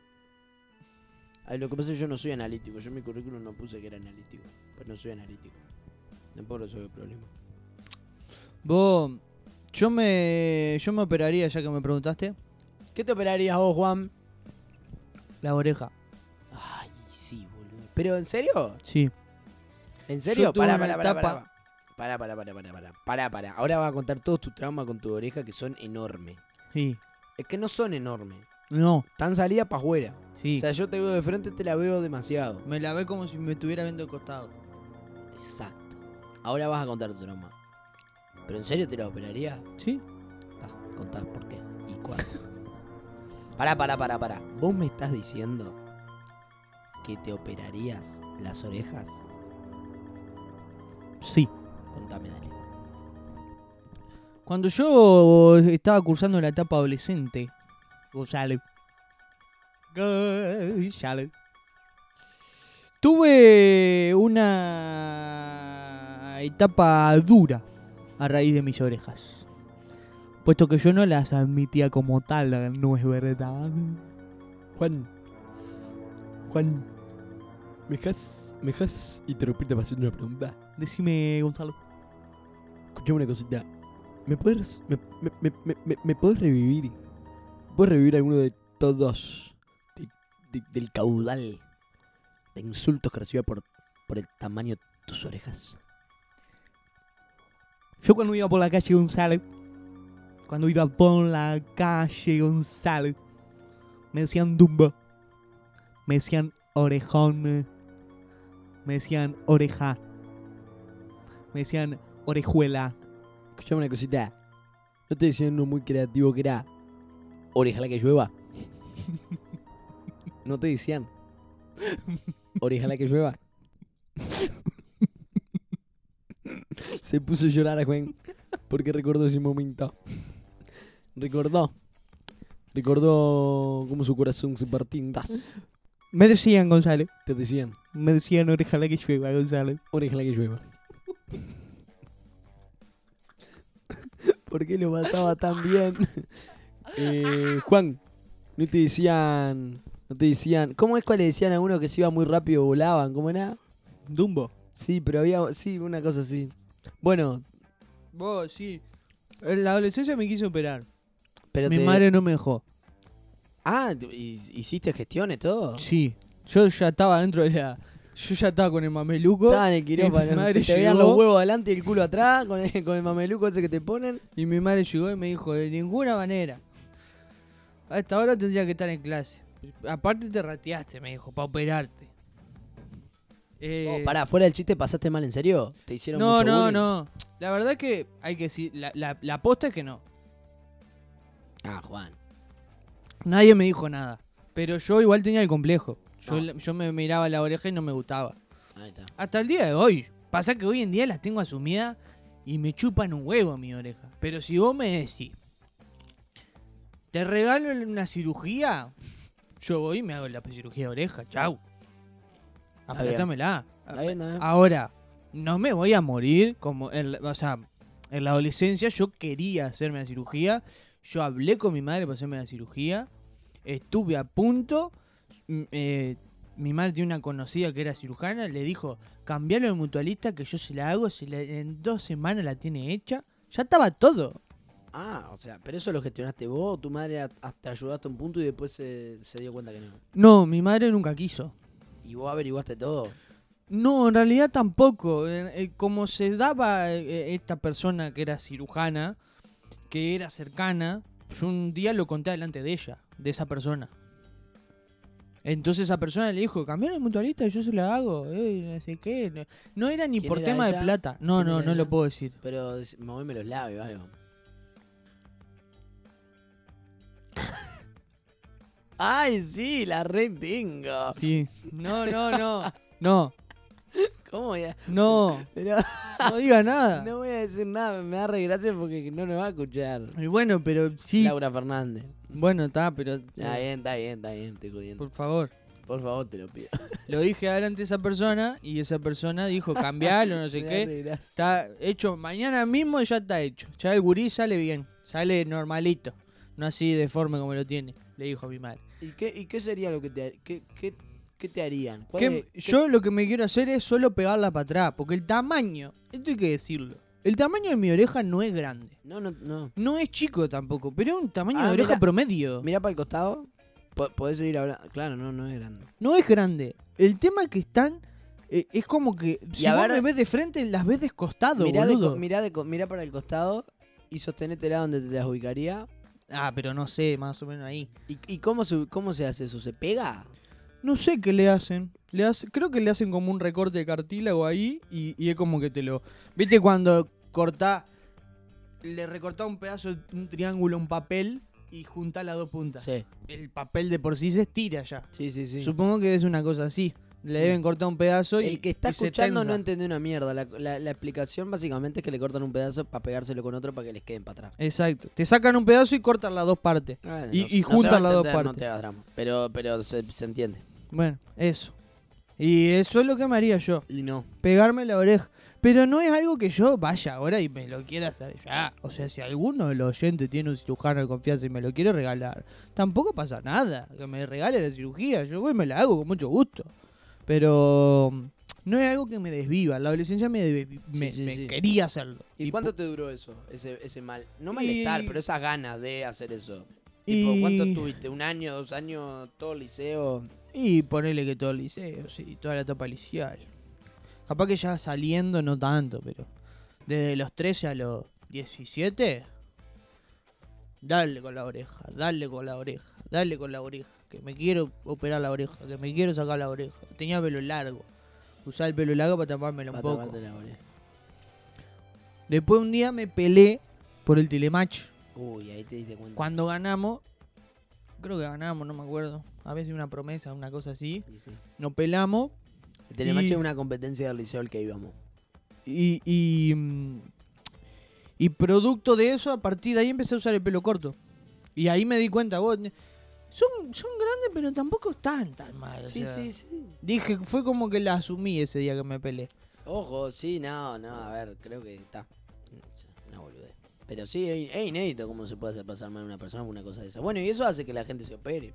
[SPEAKER 4] Ay, lo que pasa es que yo no soy analítico. Yo en mi currículum no puse que era analítico. Pero no soy analítico. Tampoco resuelve el problema.
[SPEAKER 5] Vos, yo me, yo me operaría, ya que me preguntaste,
[SPEAKER 4] ¿Qué te operarías vos, Juan?
[SPEAKER 5] la oreja.
[SPEAKER 4] Ay, sí, boludo. ¿Pero en serio?
[SPEAKER 5] Sí.
[SPEAKER 4] ¿En
[SPEAKER 5] Yo
[SPEAKER 4] serio?
[SPEAKER 5] tuve
[SPEAKER 4] Pará,
[SPEAKER 5] una
[SPEAKER 4] pará, pará,
[SPEAKER 5] etapa-
[SPEAKER 4] pará. Pará, pará, pará, pará, pará. Pará, pará. Ahora vas a contar todos tus traumas con tu oreja que son enormes.
[SPEAKER 5] Sí.
[SPEAKER 4] Es que no son enormes.
[SPEAKER 5] No,
[SPEAKER 4] Están salidas para afuera.
[SPEAKER 5] sí.
[SPEAKER 4] O sea, yo te veo de frente, te la veo demasiado.
[SPEAKER 5] me la ve como si me estuviera viendo de costado.
[SPEAKER 4] Exacto. Ahora vas a contar tu trauma. ¿Pero en serio te la operaría?
[SPEAKER 5] ¿Sí?
[SPEAKER 4] Ah, contás por qué y cuánto. pará, pará, pará, pará. ¿Vos me estás diciendo que te operarías las orejas?
[SPEAKER 5] Sí.
[SPEAKER 4] Contame, dale.
[SPEAKER 5] Cuando yo estaba cursando la etapa adolescente, Gonzalo. Gonzalo. Tuve una etapa dura a raíz de mis orejas. Puesto que yo no las admitía como tal, no es verdad.
[SPEAKER 3] Juan. Juan. ¿Me dejas, me dejas interrumpirte para hacerte una pregunta?
[SPEAKER 5] Decime, Gonzalo.
[SPEAKER 3] Escuchame una cosita. ¿Me puedes, me, me, me, me, me- me puedes revivir? ¿Puedes revivir alguno de todos?
[SPEAKER 4] de- de- del caudal de insultos que recibía por, por el tamaño de tus orejas.
[SPEAKER 5] Yo cuando iba por la calle González, cuando iba por la calle González, me decían Dumbo, me decían Orejón, me decían Oreja, me decían Orejuela.
[SPEAKER 4] Escuchame una cosita. No te decía uno muy creativo que era orejala que llueva. No te decían. Orejala que llueva. Se puso a llorar a Juan porque recordó ese momento. Recordó. Recordó cómo su corazón se partía en dos.
[SPEAKER 5] Me decían González,
[SPEAKER 4] Te decían,
[SPEAKER 5] me decían Orejala que llueva González.
[SPEAKER 4] orejala que llueva. por qué lo pasaba tan bien. Eh, Juan, no te decían. No te decían. ¿Cómo es cuál le decían a uno que se iba muy rápido volaban? ¿Cómo era?
[SPEAKER 5] Dumbo.
[SPEAKER 4] Sí, pero había. Sí, una cosa así. Bueno,
[SPEAKER 5] Vos, sí. En la adolescencia me quise operar.
[SPEAKER 4] pero
[SPEAKER 5] Mi
[SPEAKER 4] te-
[SPEAKER 5] madre no me dejó.
[SPEAKER 4] Ah, ¿tú- hi- ¿hiciste gestiones todo?
[SPEAKER 5] Sí. Yo ya estaba dentro de la. Yo ya estaba con el mameluco.
[SPEAKER 4] Estaba en el
[SPEAKER 5] Y
[SPEAKER 4] quirófano.
[SPEAKER 5] mi madre
[SPEAKER 4] se te veían
[SPEAKER 5] llegó.
[SPEAKER 4] los huevos adelante y el culo atrás con el, con el mameluco ese que te ponen.
[SPEAKER 5] Y mi madre llegó y me dijo, de ninguna manera. A esta hora tendría que estar en clase. Aparte te rateaste, me dijo, para operarte. Eh,
[SPEAKER 4] Oh, pará, fuera del chiste, ¿pasaste mal en serio? ¿Te hicieron
[SPEAKER 5] no,
[SPEAKER 4] mucho
[SPEAKER 5] no,
[SPEAKER 4] bullying?
[SPEAKER 5] no. La verdad es que hay que decir, la, la, la aposta es que no.
[SPEAKER 4] Ah, Juan.
[SPEAKER 5] Nadie me dijo nada. Pero yo igual tenía el complejo. Yo,
[SPEAKER 4] No.
[SPEAKER 5] la- yo me miraba la oreja y no me gustaba.
[SPEAKER 4] Ahí está.
[SPEAKER 5] Hasta el día de hoy. Pasa que hoy en día las tengo asumidas y me chupan un huevo mi oreja. Pero si vos me decís, te regalo una cirugía, yo voy y me hago la cirugía de oreja. Chau.
[SPEAKER 4] bien.
[SPEAKER 5] Apretámela.
[SPEAKER 4] Está bien, está bien.
[SPEAKER 5] Ahora, no me voy a morir como. En, la- o sea, en la adolescencia yo quería hacerme la cirugía. Yo hablé con mi madre para hacerme la cirugía. Estuve a punto. m- eh, mi madre tiene una conocida que era cirujana. Le dijo: cambialo de mutualista que yo se la hago. Se la- en dos semanas la tiene hecha. Ya estaba todo.
[SPEAKER 4] Ah, o sea, pero eso lo gestionaste vos, o tu madre a- hasta ayudaste a un punto y después se, se dio cuenta que no.
[SPEAKER 5] No, mi madre nunca quiso.
[SPEAKER 4] Y vos averiguaste todo.
[SPEAKER 5] No, en realidad tampoco. Eh, eh, como se daba eh, esta persona que era cirujana, que era cercana, yo un día lo conté delante de ella, de esa persona. Entonces esa persona le dijo, cambiar el mutualista, yo se la hago, eh, no sé qué. No, no era ni
[SPEAKER 4] ¿Quién
[SPEAKER 5] por
[SPEAKER 4] era
[SPEAKER 5] tema
[SPEAKER 4] ella?
[SPEAKER 5] de plata. No,
[SPEAKER 4] ¿Quién
[SPEAKER 5] no,
[SPEAKER 4] era
[SPEAKER 5] no
[SPEAKER 4] ella?
[SPEAKER 5] lo puedo decir.
[SPEAKER 4] Pero des- moveme los labios, algo. Ay, sí, la red tengo.
[SPEAKER 5] Sí. No, no, no. No,
[SPEAKER 4] ¿Cómo voy a.?
[SPEAKER 5] no,
[SPEAKER 4] pero
[SPEAKER 5] no diga nada.
[SPEAKER 4] no voy a decir nada, me da re gracia porque no nos va a escuchar.
[SPEAKER 5] Y bueno, pero sí.
[SPEAKER 4] Laura Fernández.
[SPEAKER 5] Bueno, está, pero... eh,
[SPEAKER 4] Está bien, está bien, está bien, estoy jodiendo.
[SPEAKER 5] por favor.
[SPEAKER 4] Por favor, te lo pido.
[SPEAKER 5] Lo dije adelante a esa persona y esa persona dijo, cambialo, no sé
[SPEAKER 4] Me da
[SPEAKER 5] qué.
[SPEAKER 4] re gracia.
[SPEAKER 5] Está hecho, mañana mismo ya está hecho. Ya el gurí sale bien, sale normalito, no así deforme como lo tiene, le dijo mi madre.
[SPEAKER 4] ¿Y qué, ¿Y qué sería lo que te, ha- qué, qué, qué te harían? ¿Cuál
[SPEAKER 5] Que-
[SPEAKER 4] es-
[SPEAKER 5] yo lo que me quiero hacer es solo pegarla para atrás, porque el tamaño, esto hay que decirlo, el tamaño de mi oreja no es grande.
[SPEAKER 4] No, no, no.
[SPEAKER 5] No es chico tampoco, pero es un tamaño
[SPEAKER 4] Ah,
[SPEAKER 5] de oreja
[SPEAKER 4] mira.
[SPEAKER 5] promedio.
[SPEAKER 4] Mirá para el costado. po- Podés seguir hablando. Claro, no, no es grande.
[SPEAKER 5] No es grande. El tema es que están... eh, es como que si
[SPEAKER 4] a
[SPEAKER 5] vos
[SPEAKER 4] ver-
[SPEAKER 5] me ves de frente, las ves descostado,
[SPEAKER 4] Mirá, de
[SPEAKER 5] boludo.
[SPEAKER 4] co- mirá, de co- mirá para el costado y sostenétela donde te las ubicaría.
[SPEAKER 5] Ah, pero no sé, más o menos ahí.
[SPEAKER 4] ¿Y, y cómo, se, cómo se hace eso? ¿Se pega?
[SPEAKER 5] No sé qué le hacen. Le hace- creo que le hacen como un recorte de cartílago ahí y, y es como que te lo. ¿Viste cuando cortá. Le recortá un pedazo, un triángulo, un papel y juntá las dos puntas?
[SPEAKER 4] Sí,
[SPEAKER 5] El papel de por sí se estira ya.
[SPEAKER 4] sí, sí. sí.
[SPEAKER 5] Supongo que es una cosa así. Le deben cortar un pedazo y.
[SPEAKER 4] el que está
[SPEAKER 5] y se
[SPEAKER 4] escuchando no
[SPEAKER 5] tensa.
[SPEAKER 4] entiende una mierda. La, la, la explicación básicamente es que le cortan un pedazo para pegárselo con otro para que les queden para atrás.
[SPEAKER 5] Exacto. Te sacan un pedazo y cortan las dos partes.
[SPEAKER 4] Bueno,
[SPEAKER 5] Ah, Y-
[SPEAKER 4] no- no se
[SPEAKER 5] y
[SPEAKER 4] va a
[SPEAKER 5] juntan las dos
[SPEAKER 4] entender, No
[SPEAKER 5] partes.
[SPEAKER 4] te hagas drama. Pero, pero se, se entiende.
[SPEAKER 5] Bueno, eso. Y eso es lo que me haría yo.
[SPEAKER 4] Y no.
[SPEAKER 5] pegarme la oreja. Pero no es algo que yo vaya ahora y me lo quiera hacer ya. O sea, si alguno de los oyentes tiene un cirujano de confianza y me lo quiere regalar, tampoco pasa nada. Que me regale la cirugía, yo voy y me la hago con mucho gusto. Pero mm, no es algo que me desviva. En la adolescencia me, desvi- me-
[SPEAKER 4] sí,
[SPEAKER 5] me
[SPEAKER 4] sí.
[SPEAKER 5] quería hacerlo.
[SPEAKER 4] ¿Y, cuánto te duró eso? Ese, ese mal. No malestar,
[SPEAKER 5] malestar,
[SPEAKER 4] pero
[SPEAKER 5] pero
[SPEAKER 4] esas ganas de hacer eso.
[SPEAKER 5] Tipo,
[SPEAKER 4] ¿Cuánto
[SPEAKER 5] ¿cuánto
[SPEAKER 4] estuviste? ¿Un año, dos años, todo liceo?
[SPEAKER 5] Y ponele que todo el liceo, sí, toda la etapa liceal. Capaz que ya saliendo no tanto, pero desde los 13 a los 17, dale con la oreja, dale con la oreja, dale con la oreja. Que me quiero operar la oreja, que me quiero sacar la oreja. Tenía pelo largo. Usaba el pelo largo para tapármelo un poco. Después un día me peleé por el telematch.
[SPEAKER 4] Uy, ahí te diste cuenta.
[SPEAKER 5] Cuando ganamos, creo que ganamos, no me acuerdo. A veces una promesa, una cosa así.
[SPEAKER 4] Y sí.
[SPEAKER 5] Nos pelamos
[SPEAKER 4] El telematch
[SPEAKER 5] Y-
[SPEAKER 4] es una competencia del liceo al que íbamos.
[SPEAKER 5] Y, y, mm, y producto de eso, a partir de ahí empecé a usar el pelo corto. Y ahí me di cuenta, vos, ne- son, son grandes, pero tampoco están tan mal. o sea.
[SPEAKER 4] sí.
[SPEAKER 5] Dije, fue como que la asumí ese día que me peleé.
[SPEAKER 4] Ojo, sí, no, no, a ver, creo que está. No, Mm, boludez. Pero sí, es, es inédito cómo se puede hacer pasar mal a una persona por una cosa de esa. Bueno, y eso hace que la gente se opere.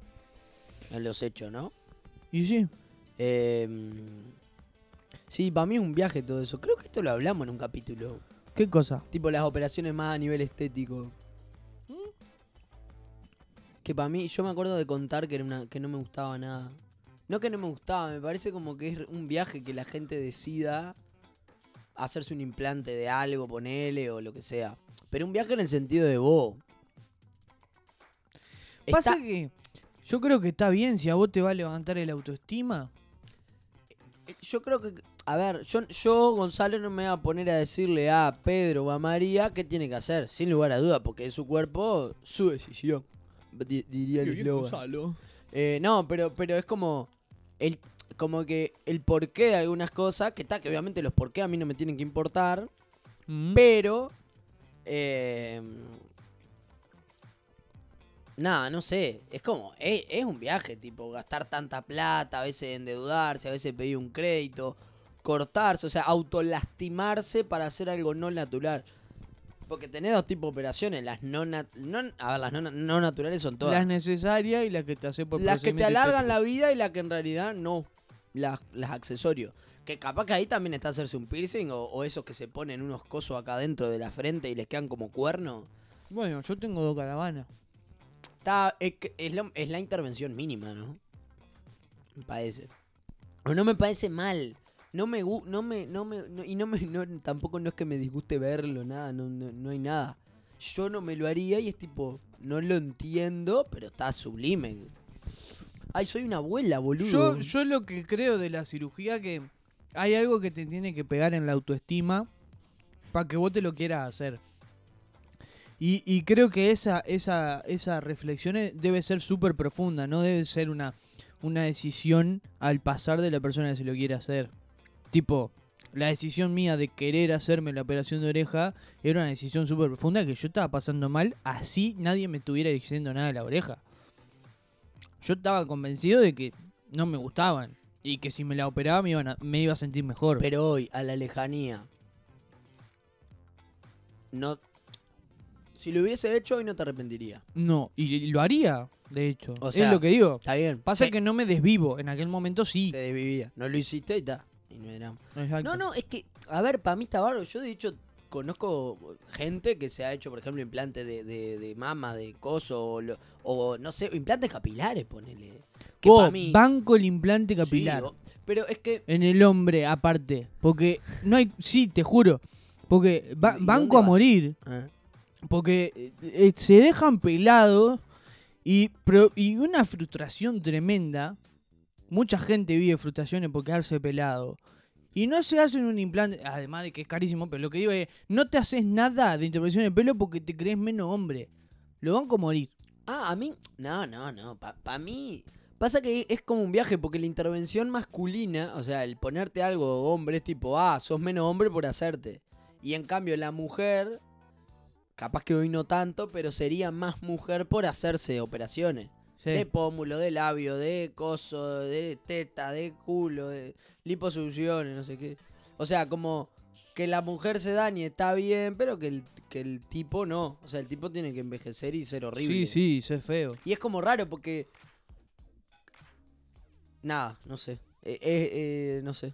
[SPEAKER 4] En los hechos, ¿no?
[SPEAKER 5] Y sí.
[SPEAKER 4] Eh, sí, para mí es un viaje todo eso. Creo que esto lo hablamos en un capítulo.
[SPEAKER 5] ¿Qué cosa?
[SPEAKER 4] Tipo las operaciones más a nivel estético. ¿Mm? Que para mí, yo me acuerdo de contar que, era una, que no me gustaba nada. No que no me gustaba, me parece como que es un viaje que la gente decida hacerse un implante de algo, ponele o lo que sea. Pero un viaje en el sentido de vos. Está-
[SPEAKER 5] Pasa que yo creo que está bien si a vos te va a levantar el autoestima.
[SPEAKER 4] Eh, Yo creo que. A ver, yo, yo, Gonzalo, no me voy a poner a decirle a Pedro o a María qué tiene que hacer, sin lugar a duda, porque es su cuerpo, su decisión. di- diría el eslogan. Eh, no, pero, pero es como. El, como que el porqué de algunas cosas, que está, que obviamente los porqué a mí no me tienen que importar,
[SPEAKER 5] Mm.
[SPEAKER 4] pero. eh, Nada, no sé. Es como. Es, es un viaje, tipo, gastar tanta plata, a veces endeudarse, a veces pedir un crédito, cortarse, o sea, autolastimarse para hacer algo no natural. Porque tenés dos tipos de operaciones. Las no, nat- no A ver, las no, na- no naturales son todas.
[SPEAKER 5] Las necesarias y las que te hace por
[SPEAKER 4] Las que te
[SPEAKER 5] procedimiento
[SPEAKER 4] alargan
[SPEAKER 5] estético.
[SPEAKER 4] la vida y las que en realidad no. Las, las accesorios. Que capaz que ahí también está hacerse un piercing o, o esos que se ponen unos cosos acá dentro de la frente y les quedan como cuernos.
[SPEAKER 5] Bueno, yo tengo dos caravanas.
[SPEAKER 4] Está, es, que- es lo- es la intervención mínima, ¿no? Me parece. O no me parece mal. No me gu- no me, no me, no- y no me, no- tampoco no es que me disguste verlo, nada, no, no, no hay nada. Yo no me lo haría y es tipo, no lo entiendo, pero está sublime. Ay, soy una abuela, boludo.
[SPEAKER 5] Yo, yo lo que creo de la cirugía que hay algo que te tiene que pegar en la autoestima para que vos te lo quieras hacer. Y, y creo que esa, esa, esa reflexión e- debe ser súper profunda, no debe ser una, una decisión al pasar de la persona que se lo quiere hacer. Tipo, la decisión mía de querer hacerme la operación de oreja era una decisión súper profunda que yo estaba pasando mal, así nadie me estuviera diciendo nada de la oreja. Yo estaba convencido de que no me gustaban y que si me la operaba me, iban a- me iba a sentir mejor.
[SPEAKER 4] Pero hoy, a la lejanía. No. Si lo hubiese hecho, hoy no te arrepentiría.
[SPEAKER 5] no, y, y lo haría, de hecho.
[SPEAKER 4] O sea,
[SPEAKER 5] es lo que digo.
[SPEAKER 4] Está bien.
[SPEAKER 5] Pasa
[SPEAKER 4] te-
[SPEAKER 5] que no me desvivo, en aquel momento sí.
[SPEAKER 4] Te desvivía. No lo hiciste y está. Y no era.
[SPEAKER 5] Exacto.
[SPEAKER 4] No, no, es que, a ver, para mí está bárbaro. Yo, de hecho, conozco gente que se ha hecho, por ejemplo, implante de, de, de mama, de coso, o, lo- o, no sé, implantes capilares, ponele. Que
[SPEAKER 5] Vos,
[SPEAKER 4] pa' mí-
[SPEAKER 5] banco el implante
[SPEAKER 4] sí,
[SPEAKER 5] capilar
[SPEAKER 4] vos- pero es que.
[SPEAKER 5] en el hombre aparte, porque no hay, sí, te juro, porque ba-
[SPEAKER 4] ¿Y dónde
[SPEAKER 5] banco a
[SPEAKER 4] vas? Ah.
[SPEAKER 5] morir, porque eh, eh, se dejan pelados y, pro- y una frustración tremenda. Mucha gente vive frustraciones por quedarse pelado. Y no se hacen un implante, además de que es carísimo, pero lo que digo es, no te haces nada de intervención de pelo porque te crees menos hombre. Lo banco a morir.
[SPEAKER 4] Ah, a mí. No, no, no. Para mí. Pasa que es como un viaje, porque la intervención masculina, o sea, el ponerte algo hombre es tipo, ah, sos menos hombre por hacerte. Y en cambio, la mujer, capaz que hoy no tanto, pero sería más mujer por hacerse operaciones.
[SPEAKER 5] Sí.
[SPEAKER 4] De pómulo, de labio, de coso, de teta, de culo, de liposucciones, no sé qué. O sea, como que la mujer se dañe está bien, pero que el, que el tipo no. O sea, el tipo tiene que envejecer y ser horrible.
[SPEAKER 5] Sí, sí, se feo.
[SPEAKER 4] Y es como raro porque. Nada, no sé. Eh, eh, eh, no sé.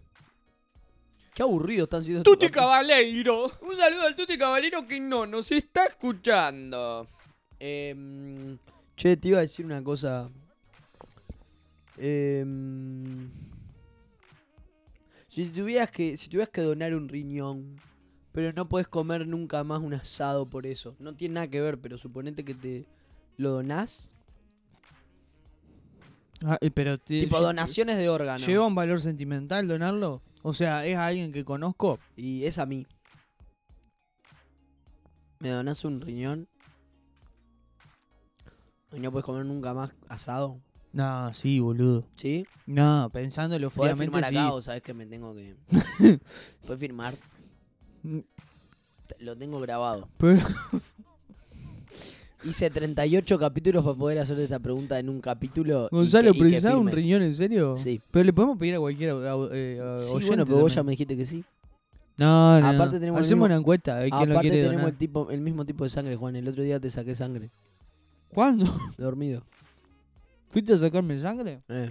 [SPEAKER 4] Qué aburrido están siendo estos
[SPEAKER 3] Tuti
[SPEAKER 4] capítulos.
[SPEAKER 3] Cabaleiro.
[SPEAKER 4] Un saludo al Tuti Caballero que no nos está escuchando. Em, che, te iba a decir una cosa. Em, si tuvieras que si tuvieras que donar un riñón, pero no podés comer nunca más un asado por eso. No tiene nada que ver, pero suponete que te lo donás.
[SPEAKER 5] Ah, eh, pero te-
[SPEAKER 4] tipo
[SPEAKER 5] yo-
[SPEAKER 4] donaciones de
[SPEAKER 6] Ah,
[SPEAKER 4] órganos.
[SPEAKER 5] ¿Lleva un valor sentimental donarlo? O sea, ¿es a alguien que conozco?
[SPEAKER 4] Y es a mí. Me donás un riñón. Y no puedes comer nunca más asado.
[SPEAKER 5] No, sí, boludo.
[SPEAKER 4] ¿Sí?
[SPEAKER 5] No, pensándolo
[SPEAKER 4] Podés
[SPEAKER 5] fríamente
[SPEAKER 4] firmar
[SPEAKER 5] sí.
[SPEAKER 4] acá o sabés que me tengo que. Podés firmar. Te- Lo tengo grabado.
[SPEAKER 5] Pero,
[SPEAKER 4] Hice 38 capítulos para poder hacerte esta pregunta en un capítulo. y
[SPEAKER 5] Gonzalo,
[SPEAKER 4] que- y que
[SPEAKER 5] ¿precisás un
[SPEAKER 4] firmes.
[SPEAKER 5] riñón en serio?
[SPEAKER 4] Sí.
[SPEAKER 5] Pero le podemos pedir a cualquier au- au- eh,
[SPEAKER 4] Sí,
[SPEAKER 5] oyente
[SPEAKER 4] bueno, pero vos ya
[SPEAKER 5] también.
[SPEAKER 4] me dijiste que sí.
[SPEAKER 5] No, no.
[SPEAKER 6] Aparte tenemos el
[SPEAKER 5] Hacemos
[SPEAKER 6] mismo-
[SPEAKER 5] una encuesta, a ver quién lo
[SPEAKER 6] Aparte
[SPEAKER 5] quiere
[SPEAKER 6] tenemos
[SPEAKER 5] donar.
[SPEAKER 6] el, tipo, el mismo tipo de sangre, Juan. El otro día te saqué sangre,
[SPEAKER 5] ¿Cuándo?
[SPEAKER 6] dormido.
[SPEAKER 5] ¿Fuiste a sacarme sangre?
[SPEAKER 6] Eh.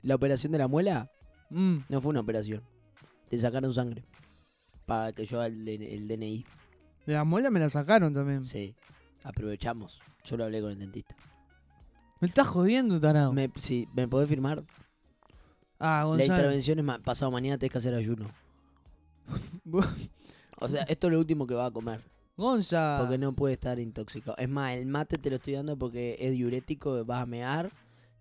[SPEAKER 6] La operación de la muela
[SPEAKER 5] Mm.
[SPEAKER 6] no fue una operación. Te sacaron sangre. Para que yo haga el, D- el DNI.
[SPEAKER 5] De la muela me la sacaron también.
[SPEAKER 6] Sí. Aprovechamos. Yo lo hablé con el dentista.
[SPEAKER 5] Me estás jodiendo, tarado.
[SPEAKER 6] Me, sí, ¿me podés firmar?
[SPEAKER 5] Ah,
[SPEAKER 6] La
[SPEAKER 5] Gonzalo.
[SPEAKER 6] intervención es ma- pasado mañana, tenés que hacer ayuno.
[SPEAKER 5] Bu-
[SPEAKER 6] O sea, esto es lo último que va a comer.
[SPEAKER 5] Gonza.
[SPEAKER 6] Porque no puede estar intoxicado. Es más, el mate te lo estoy dando porque es diurético, vas a mear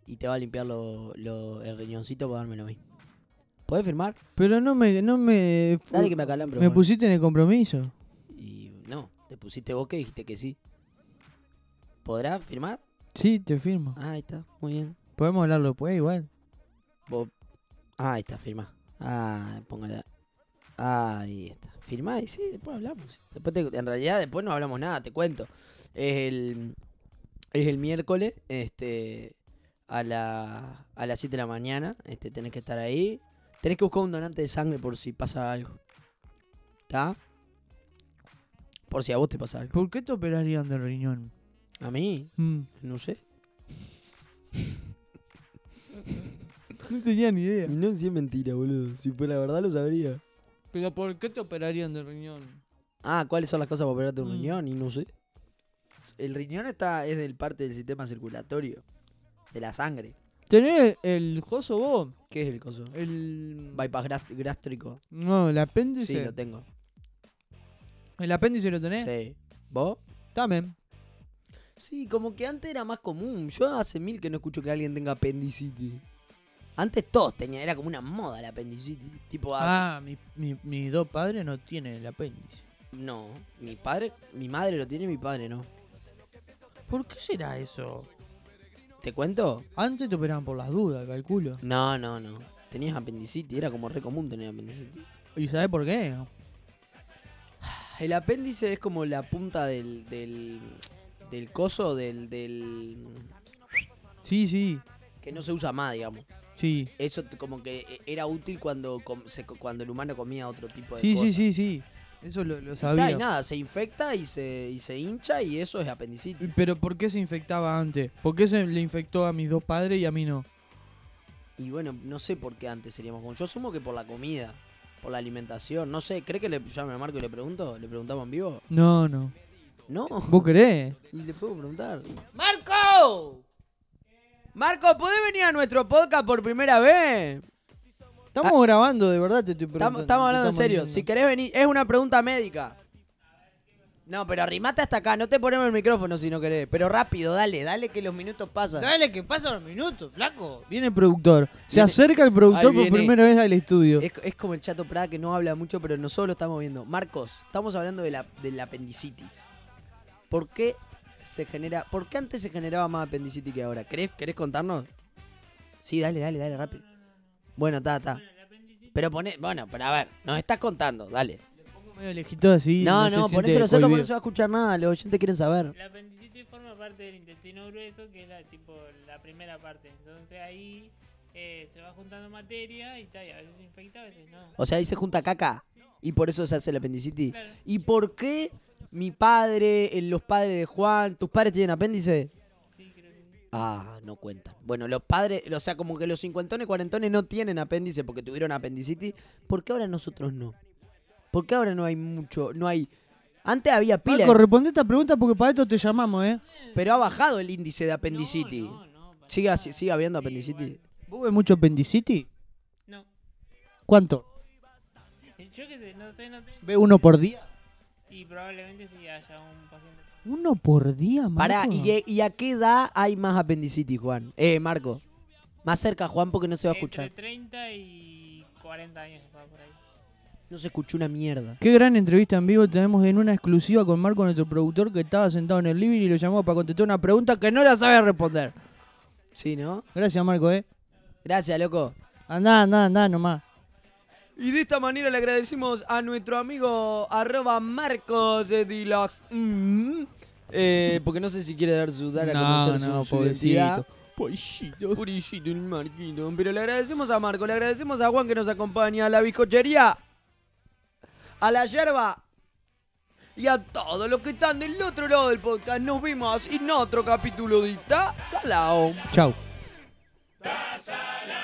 [SPEAKER 6] y te va a limpiar lo- lo- el riñoncito para dármelo a mí. ¿Puedes firmar?
[SPEAKER 5] Pero no me... No me...
[SPEAKER 6] Dale que me acalambro.
[SPEAKER 5] me
[SPEAKER 6] Juan.
[SPEAKER 5] pusiste en el compromiso.
[SPEAKER 6] Y no, te pusiste vos que dijiste que sí. ¿Podrás firmar?
[SPEAKER 5] Sí, te firmo.
[SPEAKER 6] Ah, ahí está, muy bien.
[SPEAKER 5] Podemos hablarlo después igual.
[SPEAKER 6] Vos- Ah, ahí está, firma. Ah, póngala. Ahí está. Firmá y sí, después hablamos. Después te- en realidad, después no hablamos nada, te cuento. Es el, es el miércoles, este, a, la, a las 7 de la mañana. Este, tenés que estar ahí. Tenés que buscar un donante de sangre por si pasa algo. ¿Está? Por si a vos te pasa algo.
[SPEAKER 5] ¿Por qué te operarían del riñón?
[SPEAKER 6] A mí,
[SPEAKER 5] Mm.
[SPEAKER 6] no sé.
[SPEAKER 5] No tenía ni idea.
[SPEAKER 6] No, si es mentira, boludo. Si fuera la verdad, lo sabría.
[SPEAKER 5] Pero ¿por qué te operarían del riñón?
[SPEAKER 6] Ah, ¿cuáles son las cosas para operarte un
[SPEAKER 5] Mm.
[SPEAKER 6] riñón? Y no sé. El riñón está, es del parte del sistema circulatorio. De la sangre.
[SPEAKER 5] ¿Tenés el coso vos?
[SPEAKER 6] ¿Qué es el coso?
[SPEAKER 5] El...
[SPEAKER 6] Bypass grás- gástrico.
[SPEAKER 5] No, el
[SPEAKER 6] Sí,
[SPEAKER 5] apéndice.
[SPEAKER 6] lo tengo.
[SPEAKER 5] ¿El apéndice lo tenés?
[SPEAKER 6] Sí. ¿Vos?
[SPEAKER 5] También.
[SPEAKER 6] Sí, como que antes era más común. Yo hace mil que no escucho que alguien tenga apendicitis. Antes todos tenían, era como una moda la apendicitis. Tipo, hace-
[SPEAKER 5] Ah, mi- mi- mis dos padres no tienen el apéndice.
[SPEAKER 6] no, mi padre, mi madre lo tiene, mi padre no.
[SPEAKER 5] ¿Por qué será eso?
[SPEAKER 6] ¿Te cuento?
[SPEAKER 5] Antes te operaban por las dudas, calculo.
[SPEAKER 6] No, no, no. Tenías apendicitis, era como re común tener apendicitis.
[SPEAKER 5] ¿Y sabes por qué?
[SPEAKER 6] El apéndice es como la punta del. del. del coso, del. del.
[SPEAKER 5] Sí, sí,
[SPEAKER 6] que no se usa más, digamos.
[SPEAKER 5] sí.
[SPEAKER 6] Eso t- como que eh, era útil cuando, com- se co- cuando el humano comía otro tipo de
[SPEAKER 5] Sí,
[SPEAKER 6] cosas.
[SPEAKER 5] sí, sí, sí. Eso lo, lo
[SPEAKER 6] Está, y
[SPEAKER 5] sabía.
[SPEAKER 6] nada, se infecta y se, y se hincha y eso es apendicitis.
[SPEAKER 5] Pero ¿por qué se infectaba antes? ¿Por qué se le infectó a mis dos padres y a mí no?
[SPEAKER 6] Y bueno, no sé por qué antes seríamos con. Yo asumo que por la comida, por la alimentación, no sé, ¿cree que le llame a Marco y le pregunto? ¿Le preguntamos en vivo?
[SPEAKER 5] No, no.
[SPEAKER 6] No.
[SPEAKER 5] ¿Vos querés?
[SPEAKER 6] Y le puedo preguntar. ¡Marco! Marco, ¿podés venir a nuestro podcast por primera vez?
[SPEAKER 5] Estamos grabando, de verdad te estoy
[SPEAKER 6] Ah. Estamos,
[SPEAKER 5] preguntando.
[SPEAKER 6] estamos hablando en
[SPEAKER 5] Estamos
[SPEAKER 6] serio. Si
[SPEAKER 5] diciendo.
[SPEAKER 6] querés venir, es una pregunta médica. No, pero arrimate hasta acá. No te ponemos el micrófono si no querés. Pero rápido, dale, dale que los minutos pasan.
[SPEAKER 5] Dale, que pasan los minutos, flaco. Viene el productor. Se
[SPEAKER 6] Viene-
[SPEAKER 5] acerca el productor
[SPEAKER 6] Ahí
[SPEAKER 5] por
[SPEAKER 6] viene.
[SPEAKER 5] primera vez al estudio.
[SPEAKER 6] Es, es como el Chato Prada que no habla mucho, pero nosotros lo estamos viendo. Marcos, estamos hablando de la, de la apendicitis. ¿Por qué se genera, por qué antes se generaba más apendicitis que ahora? ¿Querés, querés contarnos? Sí, dale, dale, dale, rápido. Bueno, está, está. Pero pone, bueno, pero a ver, nos estás contando, dale.
[SPEAKER 5] Medio lejito así.
[SPEAKER 6] No,
[SPEAKER 5] se
[SPEAKER 6] no,
[SPEAKER 5] siente
[SPEAKER 6] ponéselo solo porque no
[SPEAKER 5] cohibido.
[SPEAKER 6] se va a escuchar nada, los oyentes quieren saber.
[SPEAKER 7] La apendicitis forma parte del intestino grueso, que es la, tipo, la primera parte. Entonces ahí eh, se va juntando materia y tal, y a veces se infecta, a veces no.
[SPEAKER 6] O sea, ahí se junta caca y por eso se hace la apendicitis.
[SPEAKER 7] Claro.
[SPEAKER 6] ¿Y por qué mi padre, eh, los padres de Juan, tus padres tienen apéndice?
[SPEAKER 7] Sí, creo que sí.
[SPEAKER 6] Ah, no cuentan. Bueno, los padres, o sea, como que los cincuentones, cuarentones no tienen apéndice porque tuvieron apendicitis. ¿Por qué ahora nosotros no? ¿Por qué ahora no hay mucho? No hay. Antes había pila,
[SPEAKER 5] Marco, responde esta pregunta porque para esto te llamamos, ¿eh?
[SPEAKER 6] pero ha bajado el índice de apendicitis.
[SPEAKER 7] No, no, para
[SPEAKER 6] Sigue,
[SPEAKER 7] nada.
[SPEAKER 6] así- sigue habiendo
[SPEAKER 7] Sí,
[SPEAKER 6] apendicitis.
[SPEAKER 7] igual.
[SPEAKER 5] ¿Vos ves mucho apendicitis?
[SPEAKER 7] No,
[SPEAKER 5] ¿Cuánto?
[SPEAKER 7] yo qué sé, no sé, no sé.
[SPEAKER 5] ¿Ve uno por día?
[SPEAKER 7] Y probablemente sí haya un paciente.
[SPEAKER 5] ¿Uno por día, Marco?
[SPEAKER 6] Pará, ¿y, qué- y a qué edad hay más apendicitis, Juan? Eh, Marco. Más cerca, Juan, porque no se va a escuchar.
[SPEAKER 7] Entre 30 y 40 años, va por ahí.
[SPEAKER 6] No se escuchó una mierda.
[SPEAKER 5] Qué gran entrevista en vivo tenemos en una exclusiva con Marco, nuestro productor, que estaba sentado en el living y lo llamó para contestar una pregunta que no la sabe responder.
[SPEAKER 6] Sí, ¿no?
[SPEAKER 5] Gracias, Marco, ¿eh?
[SPEAKER 6] Gracias, loco.
[SPEAKER 5] Andá, andá, andá nomás.
[SPEAKER 6] Y de esta manera le agradecemos a nuestro amigo arroba Marcos de Deluxe. Mm. Eh, porque no sé si quiere dar su dar a
[SPEAKER 5] No,
[SPEAKER 6] conocer
[SPEAKER 5] no,
[SPEAKER 6] su, su
[SPEAKER 5] pobrecito.
[SPEAKER 6] identidad. Pobrecito. Pobrecito el Marquito. Pero le agradecemos a Marco, le agradecemos a Juan que nos acompaña a la bizcochería. a la yerba y a todos los que están del otro lado del podcast. Nos vemos en otro capítulo de Ta Salao.
[SPEAKER 8] Chau.
[SPEAKER 9] Salao.